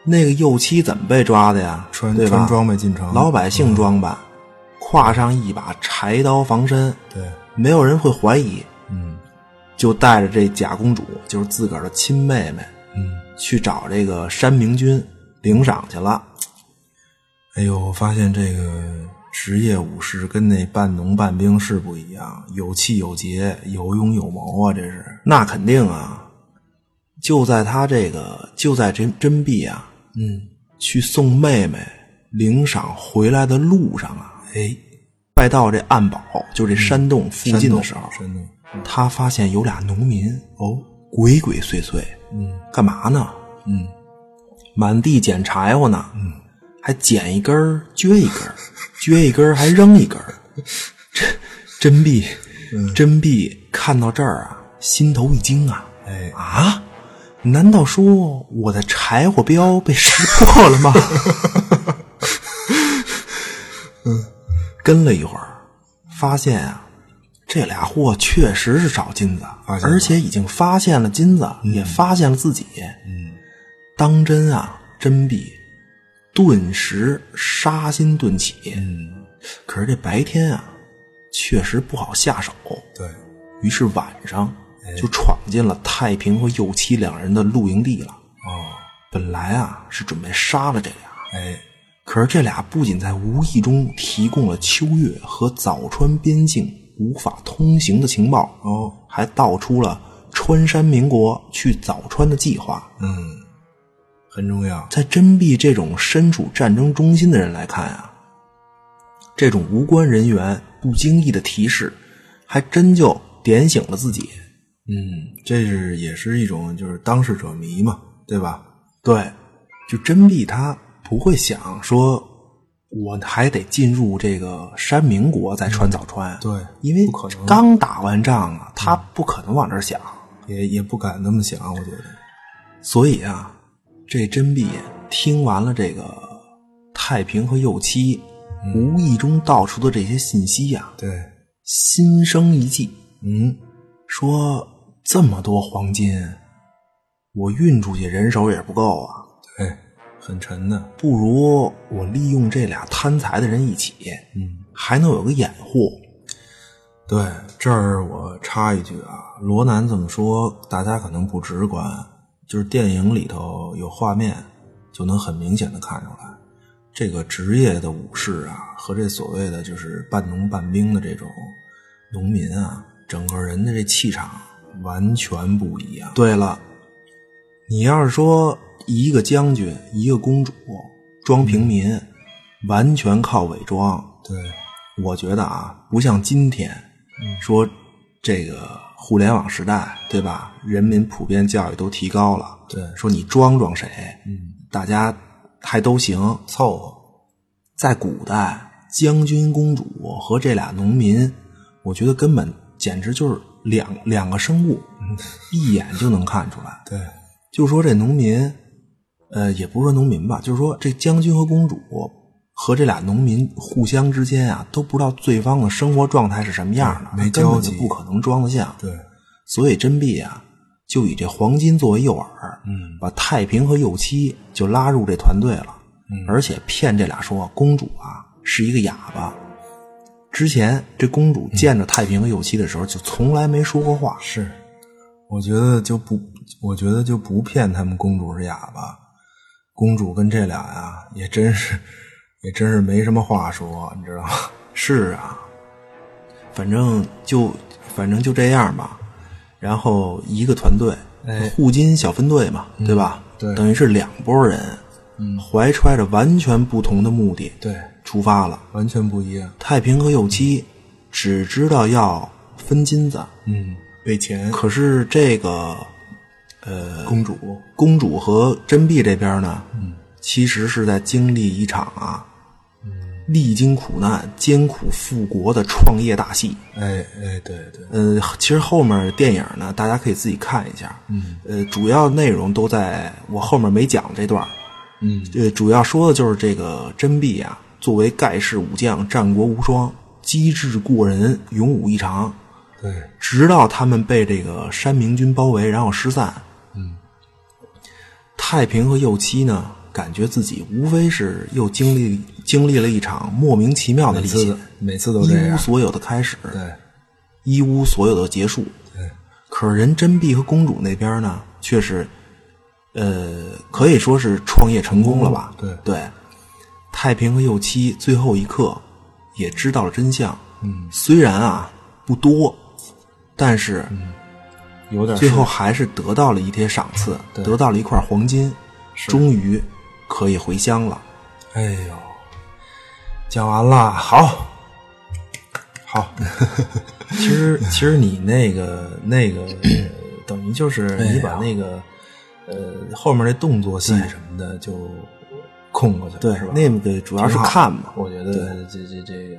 那个右七怎么被抓的呀？
穿
对吧
穿装备进城，
老百姓装扮，挎上一把柴刀防身，
对，
没有人会怀疑。
嗯
就带着这假公主，就是自个儿的亲妹妹，
嗯，
去找这个山明君领赏去了。
哎呦，我发现这个职业武士跟那半农半兵是不一样，有气有节，有勇有谋啊，这是。
那肯定啊，就在他这个，就在这真碧啊，
嗯，
去送妹妹领赏回来的路上啊，
哎，
快到这暗堡，就这山洞附
山
近
东
的时候，
山东，
他发现有俩农民哦，鬼鬼祟祟，
嗯
干嘛呢？
嗯，
满地捡柴火呢，嗯，还捡一根儿撅一根儿， 撅一根儿还扔一根儿。嗯这 真碧，真碧看到这儿啊，心头一惊啊，
哎，
啊？难道说我的柴火标被识破 了吗？嗯跟了一会儿，发现啊，这俩货确实是找金子
发，现了
而且已经发现了金子，也发现了自己。
嗯，
当真啊，真碧顿时杀心顿起。
嗯，
可是这白天啊，确实不好下手。
对，
于是晚上就闯进了太平和右七两人的露营地了。
哦，
本来啊是准备杀了这俩，
哎，
可是这俩不仅在无意中提供了秋月和早川边境无法通行的情报，
哦，
还道出了川山民国去早川的计划。
嗯，很重要，
在真壁这种身处战争中心的人来看啊，这种无关人员不经意的提示，还真就点醒了自己。
嗯，这是也是一种就是当事者迷嘛，对吧？
对，就真碧他不会想说，我还得进入这个山民国再穿早川，
嗯对
因为
不可能
刚打完仗啊，他不可能往这儿想。
也也不敢那么想，我觉得，
所以啊，这真碧听完了这个太平和右七无意中道出的这些信息呀、
对，
心生一计，
嗯，
说这么多黄金，我运出去人手也不够啊。
对，很沉的，
不如我利用这俩贪财的人一起，
嗯，
还能有个掩护。
对，这儿我插一句啊，罗南这么说，大家可能不直观，就是电影里头有画面，
就能很明显的看出来，这个职业的武士啊，和这所谓的就是半农半兵的这种农民啊，整个人的这气场完全不一样。
对了，
你要是说一个将军，一个公主装平民，完全靠伪装，
对，
我觉得啊，不像今天说这个互联网时代，对吧？人民普遍教育都提高了，
对
说你装装谁，
嗯，
大家还都行。
凑合，
在古代，将军公主和这俩农民，我觉得根本简直就是两两个生物，一眼就能看出来。
对，
就说这农民，呃，也不是说农民吧，就是说这将军和公主和这俩农民互相之间啊，都不知道对方的生活状态是什么样的，
对没
根本
交
就
集
不可能装得像。
对，
所以甄宓啊，就以这黄金作为诱饵，
嗯，
把太平和右七就拉入这团队了，
嗯
而且骗这俩说公主啊是一个哑巴。之前这公主见着太平和右七的时候，就从来没说过话。
嗯是，我觉得就不，我觉得就不骗他们公主是哑巴，公主跟这俩呀、也真是， 也真是没什么话说，你知道吗？
是啊，反正就反正就这样吧。然后一个团队，
哎嗯
互金小分队嘛，对吧？
对嗯
等于是两拨人，怀揣着完全不同的目的，
对，
出发了。
完全不一样，
太平和右七只知道要分金子，
嗯，为钱，
可是这个呃
公主，嗯
公主和甄宓这边呢，其实是在经历一场啊，历经苦难、艰苦复国的创业大戏。
哎哎，对对，
呃，其实后面电影呢，大家可以自己看一下。
嗯
呃，主要内容都在我后面没讲这段儿。
嗯，
呃，主要说的就是这个甄宓啊，作为盖世武将，战国无双，机智过人，勇武异常。
对，
直到他们被这个山明军包围，然后失散。
嗯，
太平和右七呢，感觉自己无非是又经历经历了一场莫名其妙的
每
历险
次，每次都
一
这
无
样，
所有的开始，
对
一无所有的结束。
对，
可是人甄宓和公主那边呢，却是，呃，可以说是创业成功了吧？
嗯
对，太平和右七最后一刻也知道了真相。
嗯，
虽然啊不多，但是
有点
最
事
后还是得到了一些赏赐，
对
得到了一块黄金，终于可以回乡了。
哎呦，讲完了，好，好。其 实，其实你那个 那 个，呃等于就是
哎呀
你把那个、呃后面那动作戏什么的就空过去了，
对
是吧？，
那个主要是
挺好
看嘛，
我觉得这这这个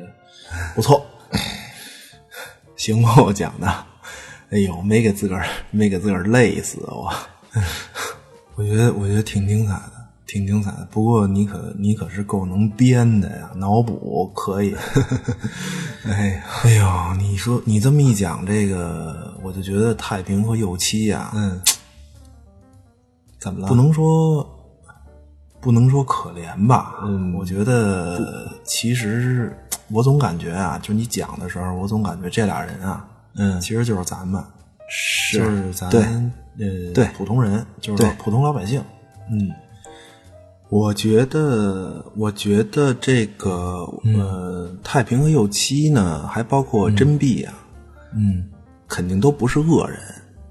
不错， 行吧，我讲的，哎呦，没给自个儿没给自个儿累死啊我。
我觉得我觉得挺精彩的，挺精彩的。不过你可你可是够能编的呀，脑补可以。哎呀
哎呦，你说你这么一讲，这个我就觉得太平和右七呀、
嗯，怎么了？
不能说不能说可怜吧，
嗯
我觉得其实我总感觉啊，就你讲的时候，我总感觉这俩人啊，
嗯，
其实就是咱们，
是
就是咱
对嗯
呃
对
普通人，就是
对
普通老百姓，嗯。我觉得，我觉得这个、呃，太平和右七呢，还包括甄宓啊，
嗯，
肯定都不是恶人。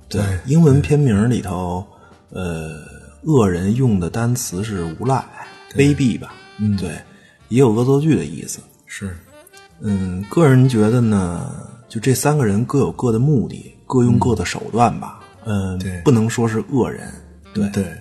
对
英文片名里头，呃，恶人用的单词是无赖、卑鄙吧？
嗯
对，也有恶作剧的意思。
是，
嗯，个人觉得呢，就这三个人各有各的目的，各用各的手段吧。嗯，
嗯对
不能说是恶人。对，
对，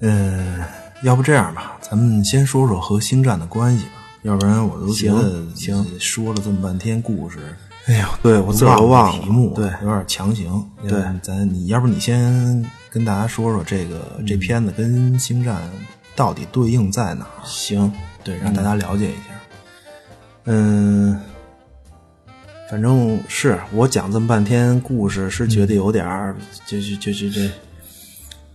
嗯，要不这样吧，咱们先说说和星战的关系吧，要不然我都觉得
行
说了这么半天故事，
哎呦，对我自个儿都忘了
题目，
对，
有点强行。
对
嗯咱你要不你先跟大家说说这个、
嗯
这片子跟星战到底对应在哪儿？
行，
对，让大家了解一下。
嗯，反正是我讲这么半天故事，是觉得有点儿，就就就就这，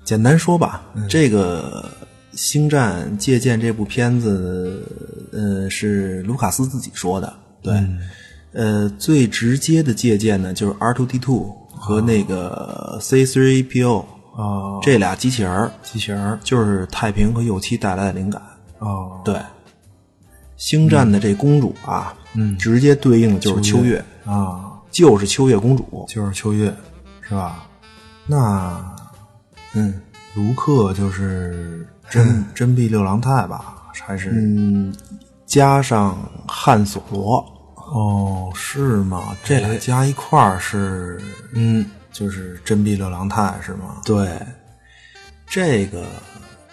简单说吧，
嗯
这个《星战》借鉴这部片子，呃，是卢卡斯自己说的，对，
嗯
呃，最直接的借鉴呢，就是 R two D two 和那个 C three PO
哦，
这俩机器人儿
机器人儿
就是太平和右七带来的灵感。
哦，
对，星战的这公主啊，
嗯
直接对应的就是秋月，
啊，
就是秋月公主。
就是秋月，是吧？那
嗯
卢克就是真真臂六郎太吧？还是、
嗯，加上汉索罗，哎
哦，是吗？这俩加一块儿是
嗯，
就是真臂六郎太是吗？
对，这个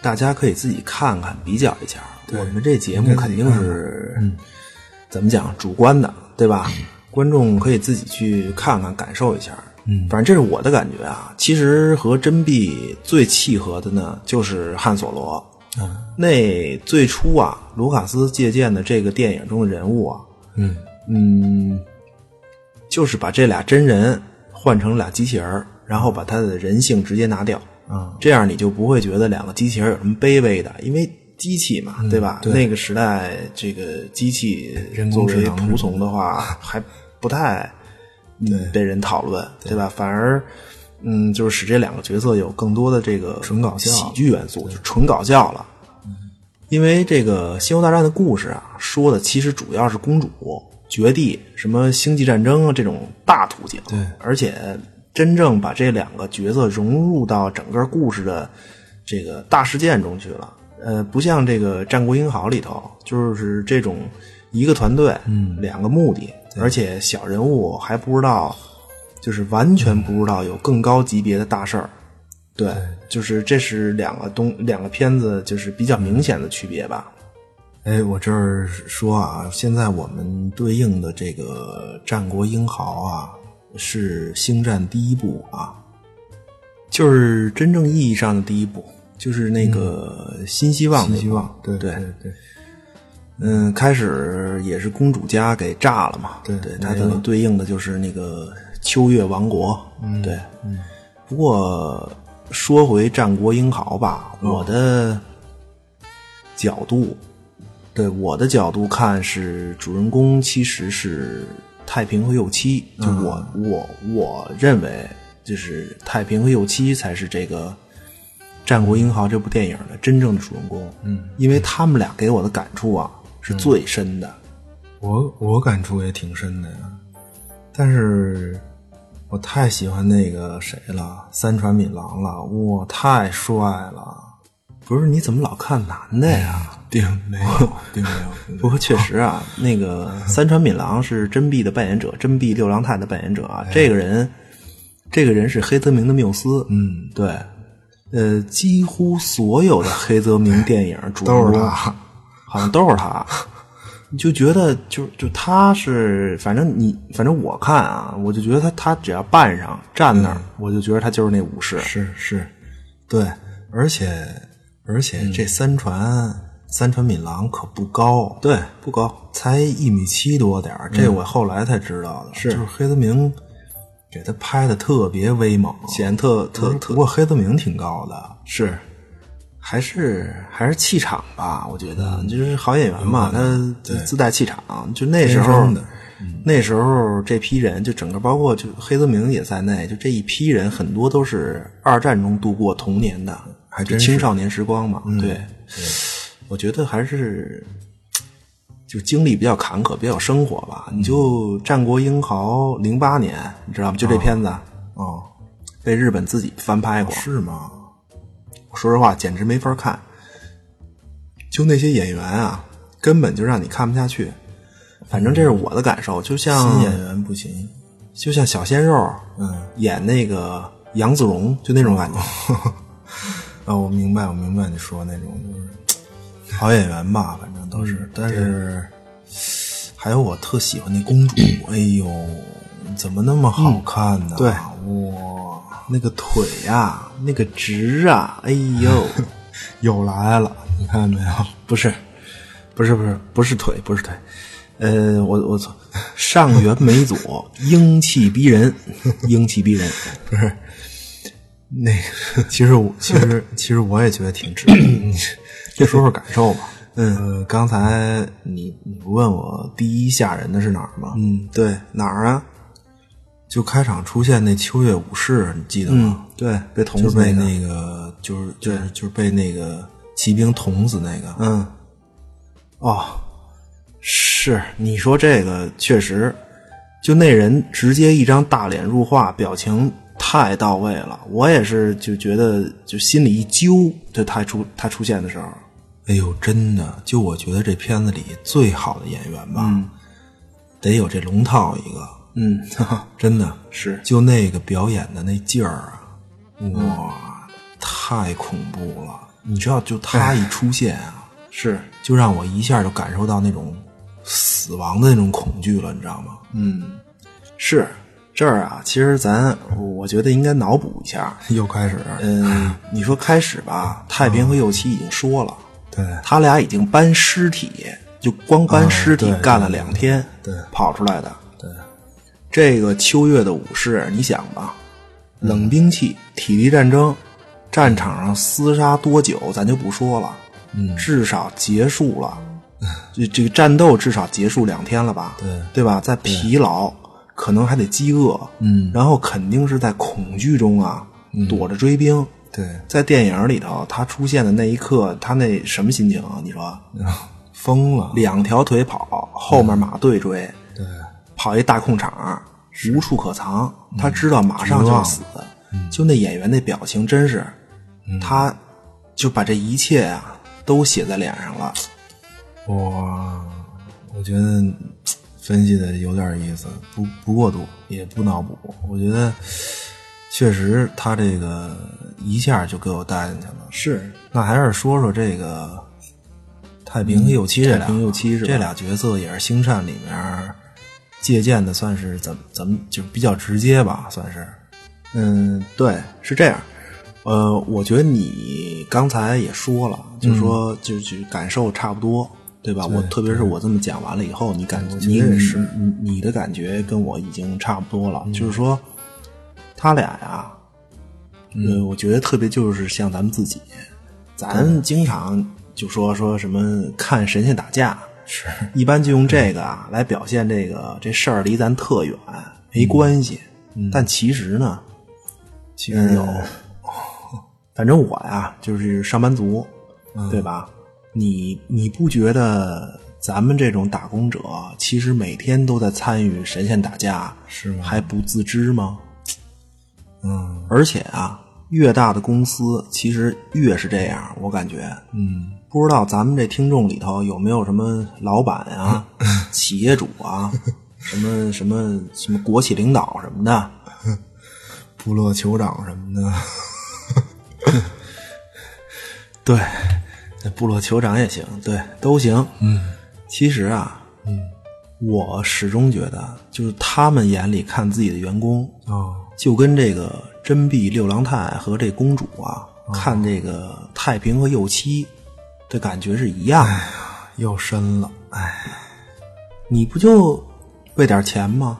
大家可以自己看看比较一下。我们这节目肯定是，
嗯
怎么讲主观的，对 吧？观众可以自己去看看，感受一下。
嗯
反正这是我的感觉啊。其实和真碧最契合的呢，就是汉索罗。
嗯
那最初啊，卢卡斯借鉴的这个电影中的人物啊，
嗯
嗯，就是把这俩真人换成俩机器人儿，然后把他的人性直接拿掉，
啊
这样你就不会觉得两个机器人有什么卑微的，因为机器
嗯
嘛，对吧？那个时代，这个机器
人
作
工智
为
能
仆从的话，还不太嗯被人讨论，对吧？反而。嗯，就是使这两个角色有更多的这个纯
搞笑
喜剧元素，就纯搞笑了。因为这个《星球大战》的故事啊，说的其实主要是公主、绝地、什么星际战争啊这种大途径。
对
而且真正把这两个角色融入到整个故事的这个大事件中去了。呃，不像这个《战国英豪》里头，就是这种一个团队，嗯，两个目的，而且小人物还不知道，就是完全不知道有更高级别的大事儿。对，就是这是两个东两个片子就是比较明显的区别吧。
哎，我这儿说啊，现在我们对应的这个战国英豪啊，是《星战》第一部啊，
就是真正意义上的第一步，就是那个新希望那部、
嗯希望对
对
对对，
嗯，开始也是公主家给炸了嘛，
对
对，
没
它的对应的就是那个秋月王国，嗯，对，嗯。不过说回战国英豪吧，我的角度，对我的角度看是主人公其实是太平和右七，就
嗯
我、我我认为就是太平和右七才是这个《战国英豪》这部电影的真正的主人公。嗯，因为他们俩给我的感触啊
嗯
是最深的。
我我感触也挺深的呀，但是我太喜欢那个谁了，三船敏郎
啊
了，哇，太帅了！
不是，你怎么老看男 的呀？
并没有，并没有
不过确实啊，那个三船敏郎是真碧的扮演者，真碧六郎太的扮演者啊，
哎
这个人，这个人是黑泽明的缪斯。
嗯，
对，呃，几乎所有的黑泽明电影主
都
人公
是他，
好像都是他。你就觉得就就他是，反正你反正我看啊，我就觉得他他只要扮上站那儿，我就觉得他就是那武士。
嗯是是，对，而且而且
嗯
这三船、三船敏郎可不高，
对，不高，嗯
才一米七多点儿，这我后来才知道的，
是
就是黑泽明给他拍的特别威猛，
显得特特
不
特
过黑泽明挺高的，
是，还是还是气场吧？我觉得就是好演员嘛，他自带气场。就那时候
生的，
那时候这批人就整个包括就黑泽明也在内，就这一批人很多都是二战中度过童年的，
还
就
真是
青少年时光嘛。嗯对，我觉得还是。就经历比较坎坷，比较生活吧。你就《战国英豪》零八年，你知道吗？就这片子啊
哦，
被日本自己翻拍过，
是吗？
我说实话，简直没法看。就那些演员啊，根本就让你看不下去。反正这是我的感受，就
新
像
演员不行，
就像小鲜肉
嗯，
演那个杨子荣，就那种感觉。
啊，我明白，我明白你说那种就是好演员吧，反正都是，但是还有我特喜欢那公主， 哎呦，怎么那么好看呢？
对
哇，
那个腿呀、那个直啊，哎呦，
又来了，你看见没有？
不是，不是，不是，不是腿，不是腿。呃，我我操， 上元美佐，英气逼人， 英 气逼人。
那个，其实我其实其实我也觉得挺值 的，就说说感受吧。嗯，呃、刚才你你不问我第一吓人的是哪儿吗？
嗯，对，哪儿啊？
就开场出现那秋月武士，你记得吗？
嗯，对，被捅
就
死那
被
个，
那个就是就是就是被那个骑兵捅死那个。
嗯，哦，是你说这个确实，就那人直接一张大脸入画，表情太到位了，我也是就觉得就心里一揪，就他出他出现的时候，
哎呦，真的，就我觉得这片子里最好的演员吧，得有这龙套一个，
嗯，哈哈，
真的
是，
就那个表演的那劲儿啊，
嗯
哇，太恐怖了！你知道，就他一出现啊，
是，
就让我一下就感受到那种死亡的那种恐惧了，你知道吗？
嗯，是这儿啊，其实咱我觉得应该脑补一下，
又开始，
嗯，你说开始吧，太平
嗯
和右七已经说了。
对，
他俩已经搬尸体，就光搬尸体
啊对
干了两天，
对对
跑出来的。对，这个秋月的武士，你想吧，
嗯
冷兵器、体力战争，战场上厮杀多久咱就不说了，
嗯
至少结 束了，这这个战斗至少结束两天了吧？
对
对吧？在疲劳，可能还得饥饿，
嗯
然后肯定是在恐惧中啊，躲着追兵。
对，
在电影里头，他出现的那一刻，他那什么心情啊？你说，
嗯疯了，
两条腿跑，后面马队追，
对，
跑一大空场，无处可藏。
嗯
他知道马上就要死，就那演员那表情真是，
嗯
他就把这一切啊都写在脸上了。
哇，我觉得嘖分析的有点意思，不不过度，也不脑补。我觉得确实他这个一下就给我带进去了。
是，
那还是说说这个太平和右七这俩，
嗯太平右七是吧
这俩角色也是星战里面借鉴的，算是怎么怎么就比较直接吧，算是。
嗯，对，是这样。呃，我觉得你刚才也说了，就说就就感受差不多，嗯对吧？我特别是我这么讲完了以后，你感觉你
也
是嗯你你的感觉跟我已经差不多了，就是说他俩呀，呃，我觉得特别就是像咱们自己，咱经常就说说什么看神仙打架，
是，
一般就用这个啊来表现这个这事儿离咱特远没关系，但其实呢，
其实有，
反正我呀就是上班族，对吧？你你不觉得咱们这种打工者其实每天都在参与神仙打架，
是吗
还不自知吗？
嗯
而且啊，越大的公司其实越是这样，我感觉，
嗯，
不知道咱们这听众里头有没有什么老板 啊、企业主啊、什么什么什么国企领导什么的，
部落酋长什么的，
对，那部落酋长也行，对，都行。嗯，其实啊，嗯，我始终觉得，就是他们眼里看自己的员工，
哦，
就跟这个真碧六郎太和这公主啊，看这个太平和右七的感觉是一样的。
又深了，哎，
你不就为点钱吗？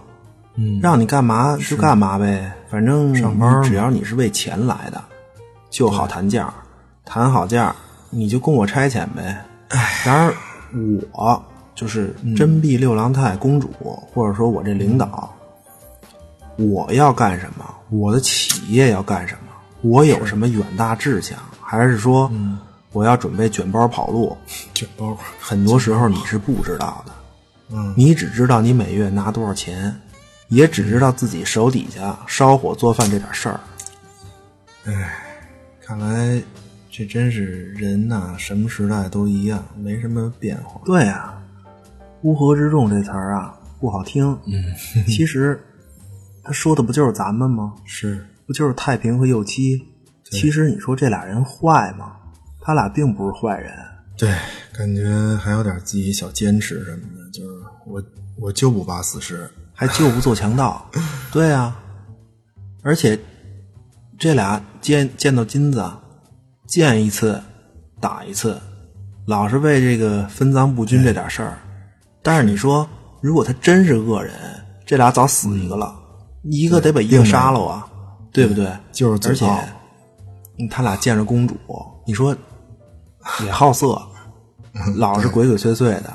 嗯
让你干嘛就干嘛呗，反正上班只要你是为钱来的，就好谈价，谈好价你就供我差遣呗。然而我就是真碧六郎太公主，或者说我这领导，我要干什么，我的企业要干什么，我有什么远大志向，还是说我要准备卷包跑路？
卷包，
很多时候你是不知道的，
嗯，
你只知道你每月拿多少钱，也只知道自己手底下烧火做饭这点事儿。
看来这真是人呐、什么时代都一样，没什么变化。
对啊，乌合之众这词儿啊不好听，嗯，其实他说的不就是咱们吗？
是，
不就是太平和右七？其实你说这俩人坏吗？他俩并不是坏人，
对，感觉还有点自己小坚持什么的，就是我我就不怕死尸。
还就不做 强盗。对啊，而且这俩见见到金子，见一次打一次，老是为这个分赃不均这点事儿。但是你说，如果他真是恶人，这俩早死一个了，
嗯
一个得把一个杀了啊，对不对？
就是嘴
而且
炮
嗯他俩见着公主，你说也 好色，老是鬼鬼祟祟的，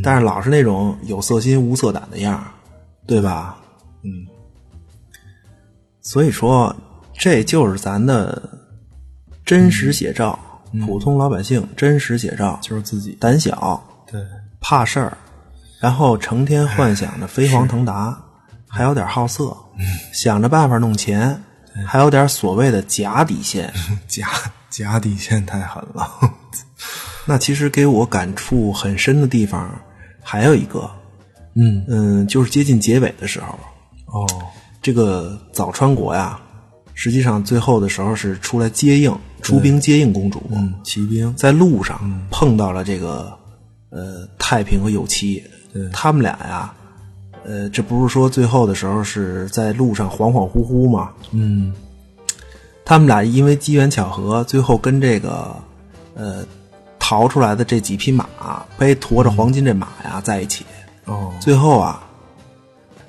但是老是那种有色心无色胆的样儿，对吧？嗯，所以说，这就是咱的真实写照，普通老百姓真实写照，
嗯就是自己
胆小、
对
怕事儿，然后成天幻想着飞
哎
黄腾达，还有点好色，
嗯
想着办法弄钱，
哎
还有点所谓的假底线。
假假底线太狠了，
那其实给我感触很深的地方还有一个，
嗯
嗯，就是接近结尾的时候，
哦，
这个早川国呀，实际上最后的时候是出来接应，出兵接应公主，
嗯，骑兵
在路上碰到了这个呃太平和有栖，他们俩呀，呃，这不是说最后的时候是在路上恍恍惚惚吗？
嗯
他们俩因为机缘巧合，最后跟这个呃逃出来的这几匹马，背驮着黄金这马呀在一起，
哦
最后啊，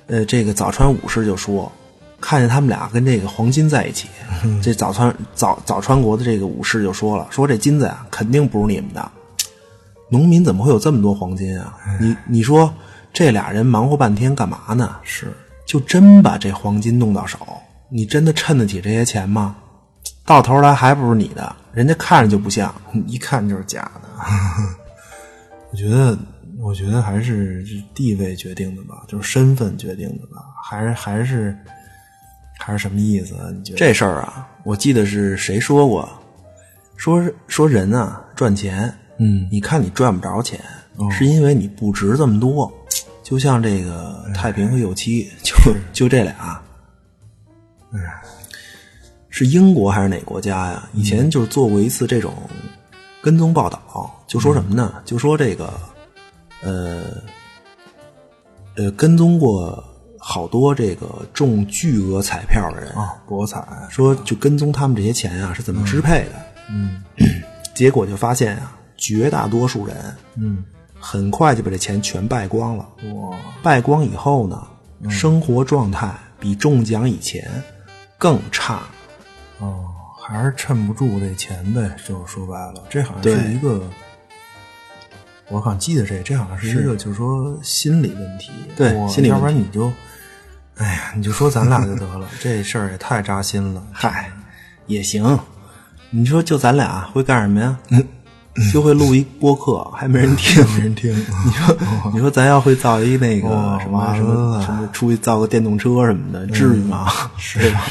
呃，这个早川武士就说，看见他们俩跟这个黄金在一起，
嗯
这早川早早川国的这个武士就说了，说这金子啊肯定不是你们的，农民怎么会有这么多黄金啊？
哎
你你说这俩人忙活半天干嘛呢？
是
就真把这黄金弄到手，你真的衬得起这些钱吗？到头来还不是你的，人家看着就不像，
一看就是假的。我觉得，我觉得还是这地位决定的吧，就是身份决定的吧，还是还是还是什么意思啊？你觉得？
这事儿啊，我记得是谁说过，说说人啊赚钱，
嗯
你看你赚不着钱，是因为你不值这么多。就像这个太平和有栖，就就这俩，啊是英国还是哪国家呀？以前就是做过一次这种跟踪报道，就说什么呢？就说这个，呃，呃，跟踪过好多这个中巨额彩票的人
啊，博彩
说就跟踪他们这些钱啊是怎么支配的，
嗯
结果就发现啊，绝大多数人
嗯，
很快就把这钱全败光了。
哇，
败光以后呢，生活状态比中奖以前更差。
哦，还是趁不住这钱呗，就是说白了，这好像
对
是一个，我好像记得这，这好像是一个，就是说心理问题，
对
哇
心理
要
问题
不然你就，哎呀，你就说咱俩就得了，这事儿也太扎心了，
嗨，也行。你说就咱俩会干什么呀？就会录一播客，还没人听。
没人听，
你说， 你说咱要会造一那个
哇
什么
完
什么
了
什么，出去造个电动车什么的，至于
嗯
吗？是吧？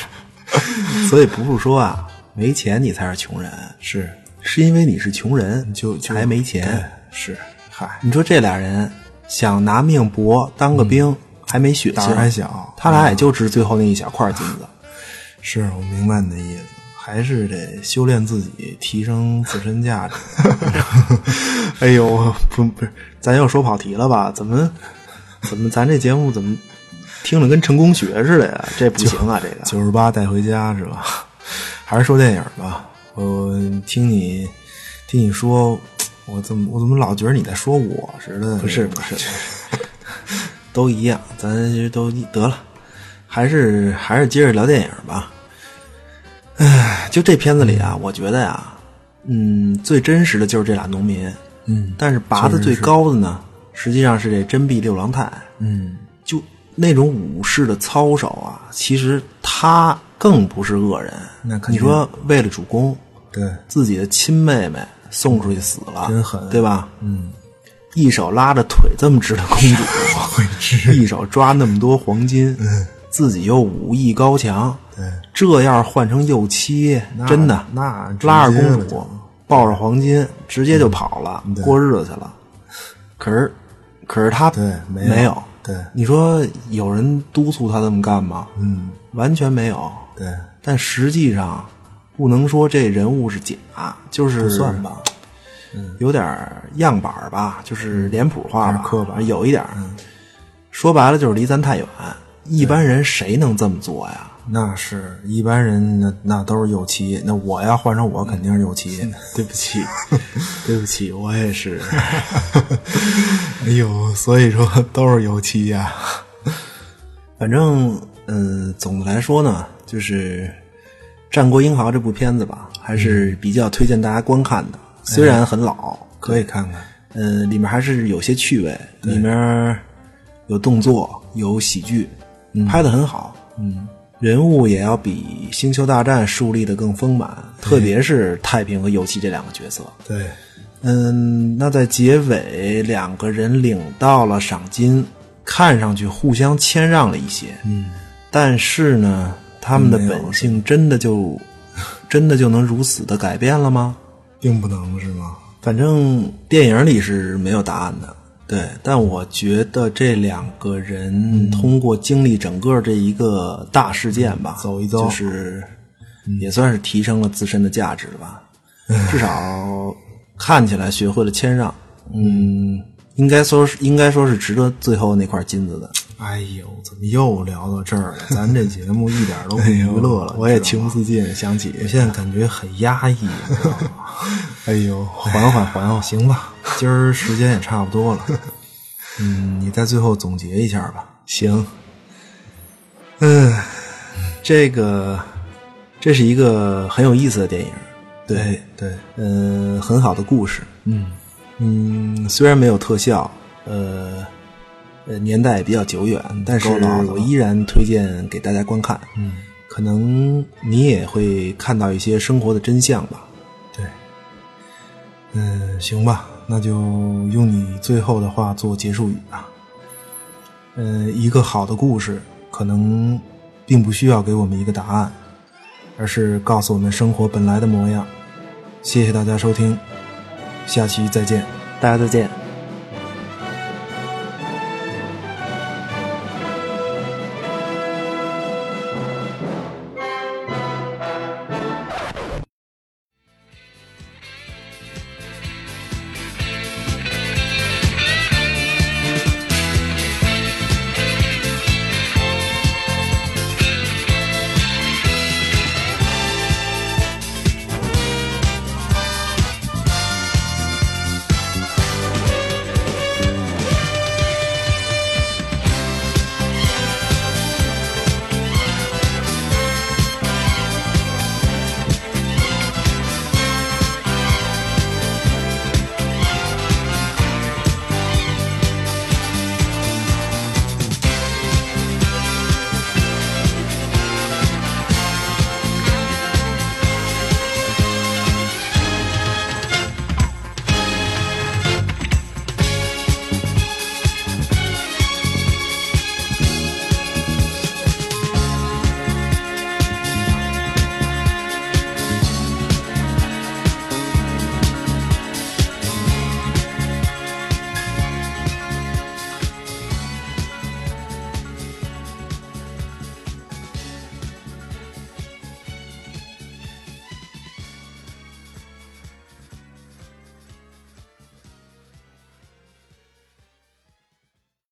所以不是说啊，没钱你才是穷人，
是
是因为你是穷人
就就
才没钱。
对是，嗨，
你说这俩人想拿命搏，当个兵、还没血
胆
性，
儿还小，
他俩也就值最后那一小块金子。
是我明白你的意思，还是得修炼自己，提升自身价值，
哎呦，不不是，咱又说跑题了吧？怎么怎么咱这节目怎么听着跟成功学似的呀？这不行啊，这个
九十八带回家是吧？ 还是说电影吧。我听你听你说，我怎么我怎么老觉得你在说我似的？
不是不是，都一样，咱都一得了，还是还是接着聊电影吧。唉，就这片子里啊，我觉得呀、嗯，最真实的就是这俩农民，
嗯
但是拔得最高的呢，实际上是这真壁六郎太，
嗯，
就那种武士的操守啊，其实他更不是恶人。
那肯定
你说为了主公，
对，
自己的亲妹妹送出去死了，
真狠
对吧？
嗯，
一手拉着腿这么直的公主，一手抓那么多黄金，
嗯
自己又武艺高强，
对，
这要是换成右妻，真的
那
拉着
直接了就
公
嗯
主抱着黄金直接就跑了，
对
过日子去了。可是，可是他
对
没
没有
有
对
你说有人督促他这么干吗？
嗯，
完全没有。
对，
但实际上，不能说这人物是假，就是嗯
不算吧，
有点儿样板儿吧，就是
嗯
脸谱化
有
吧，
点刻板
有一点儿。
嗯
说白了就是离咱太远，一般人谁能这么做呀？
那是一般人那那都是右旗，那我要换成我肯定是右旗。
对不起，嗯对不起，我也是。
哎呦，所以说 都是右旗呀、
反正，嗯，总的来说呢，就是《战国英豪》这部片子吧，还
嗯
是比较推荐大家观看的。
哎
虽然很老，
可以看看。
嗯，里面还是有些趣味，里面有动作，有喜剧，拍的很好。嗯，人物也要比《星球大战》树立的更丰满，特别是太平和游七这两个角色。
对，
嗯，那在结尾，两个人领到了赏金，看上去互相谦让了一些。嗯，但是呢，他们的本性真的就真的就能如此的改变了吗？
并不能是吗？
反正电影里是没有答案的。对，但我觉得这两个人通过经历整个这一个大事件吧，
嗯走一遭
就是也算是提升了自身的价值 吧，至少看起来学会了谦让。嗯，应该说是应该说是值得最后那块金子的。
哎呦，怎么又聊到这儿了？咱这节目一点都不娱乐了，
哎我也
你知道
情
吗
不自禁想起，
我现在感觉很压抑，你知道吗？
哎呦，缓缓缓缓，
行吧，今儿时间也差不 多了，嗯，你在最后总结一下吧。
行，嗯，这个这是一个很有意思的电影，对，
对，
嗯、很好的故事，
嗯，
嗯，虽然没有特效，呃，呃，年代也比较久远，但是
够老的了
我依然推荐给大家观看，
嗯，
可能你也会看到一些生活的真相吧，
对，嗯，行吧，那就用你最后的话做结束语吧。嗯，一个好的故事可能并不需要给我们一个答案，而是告诉我们生活本来的模样。谢谢大家收听，下期再见。
大家再见。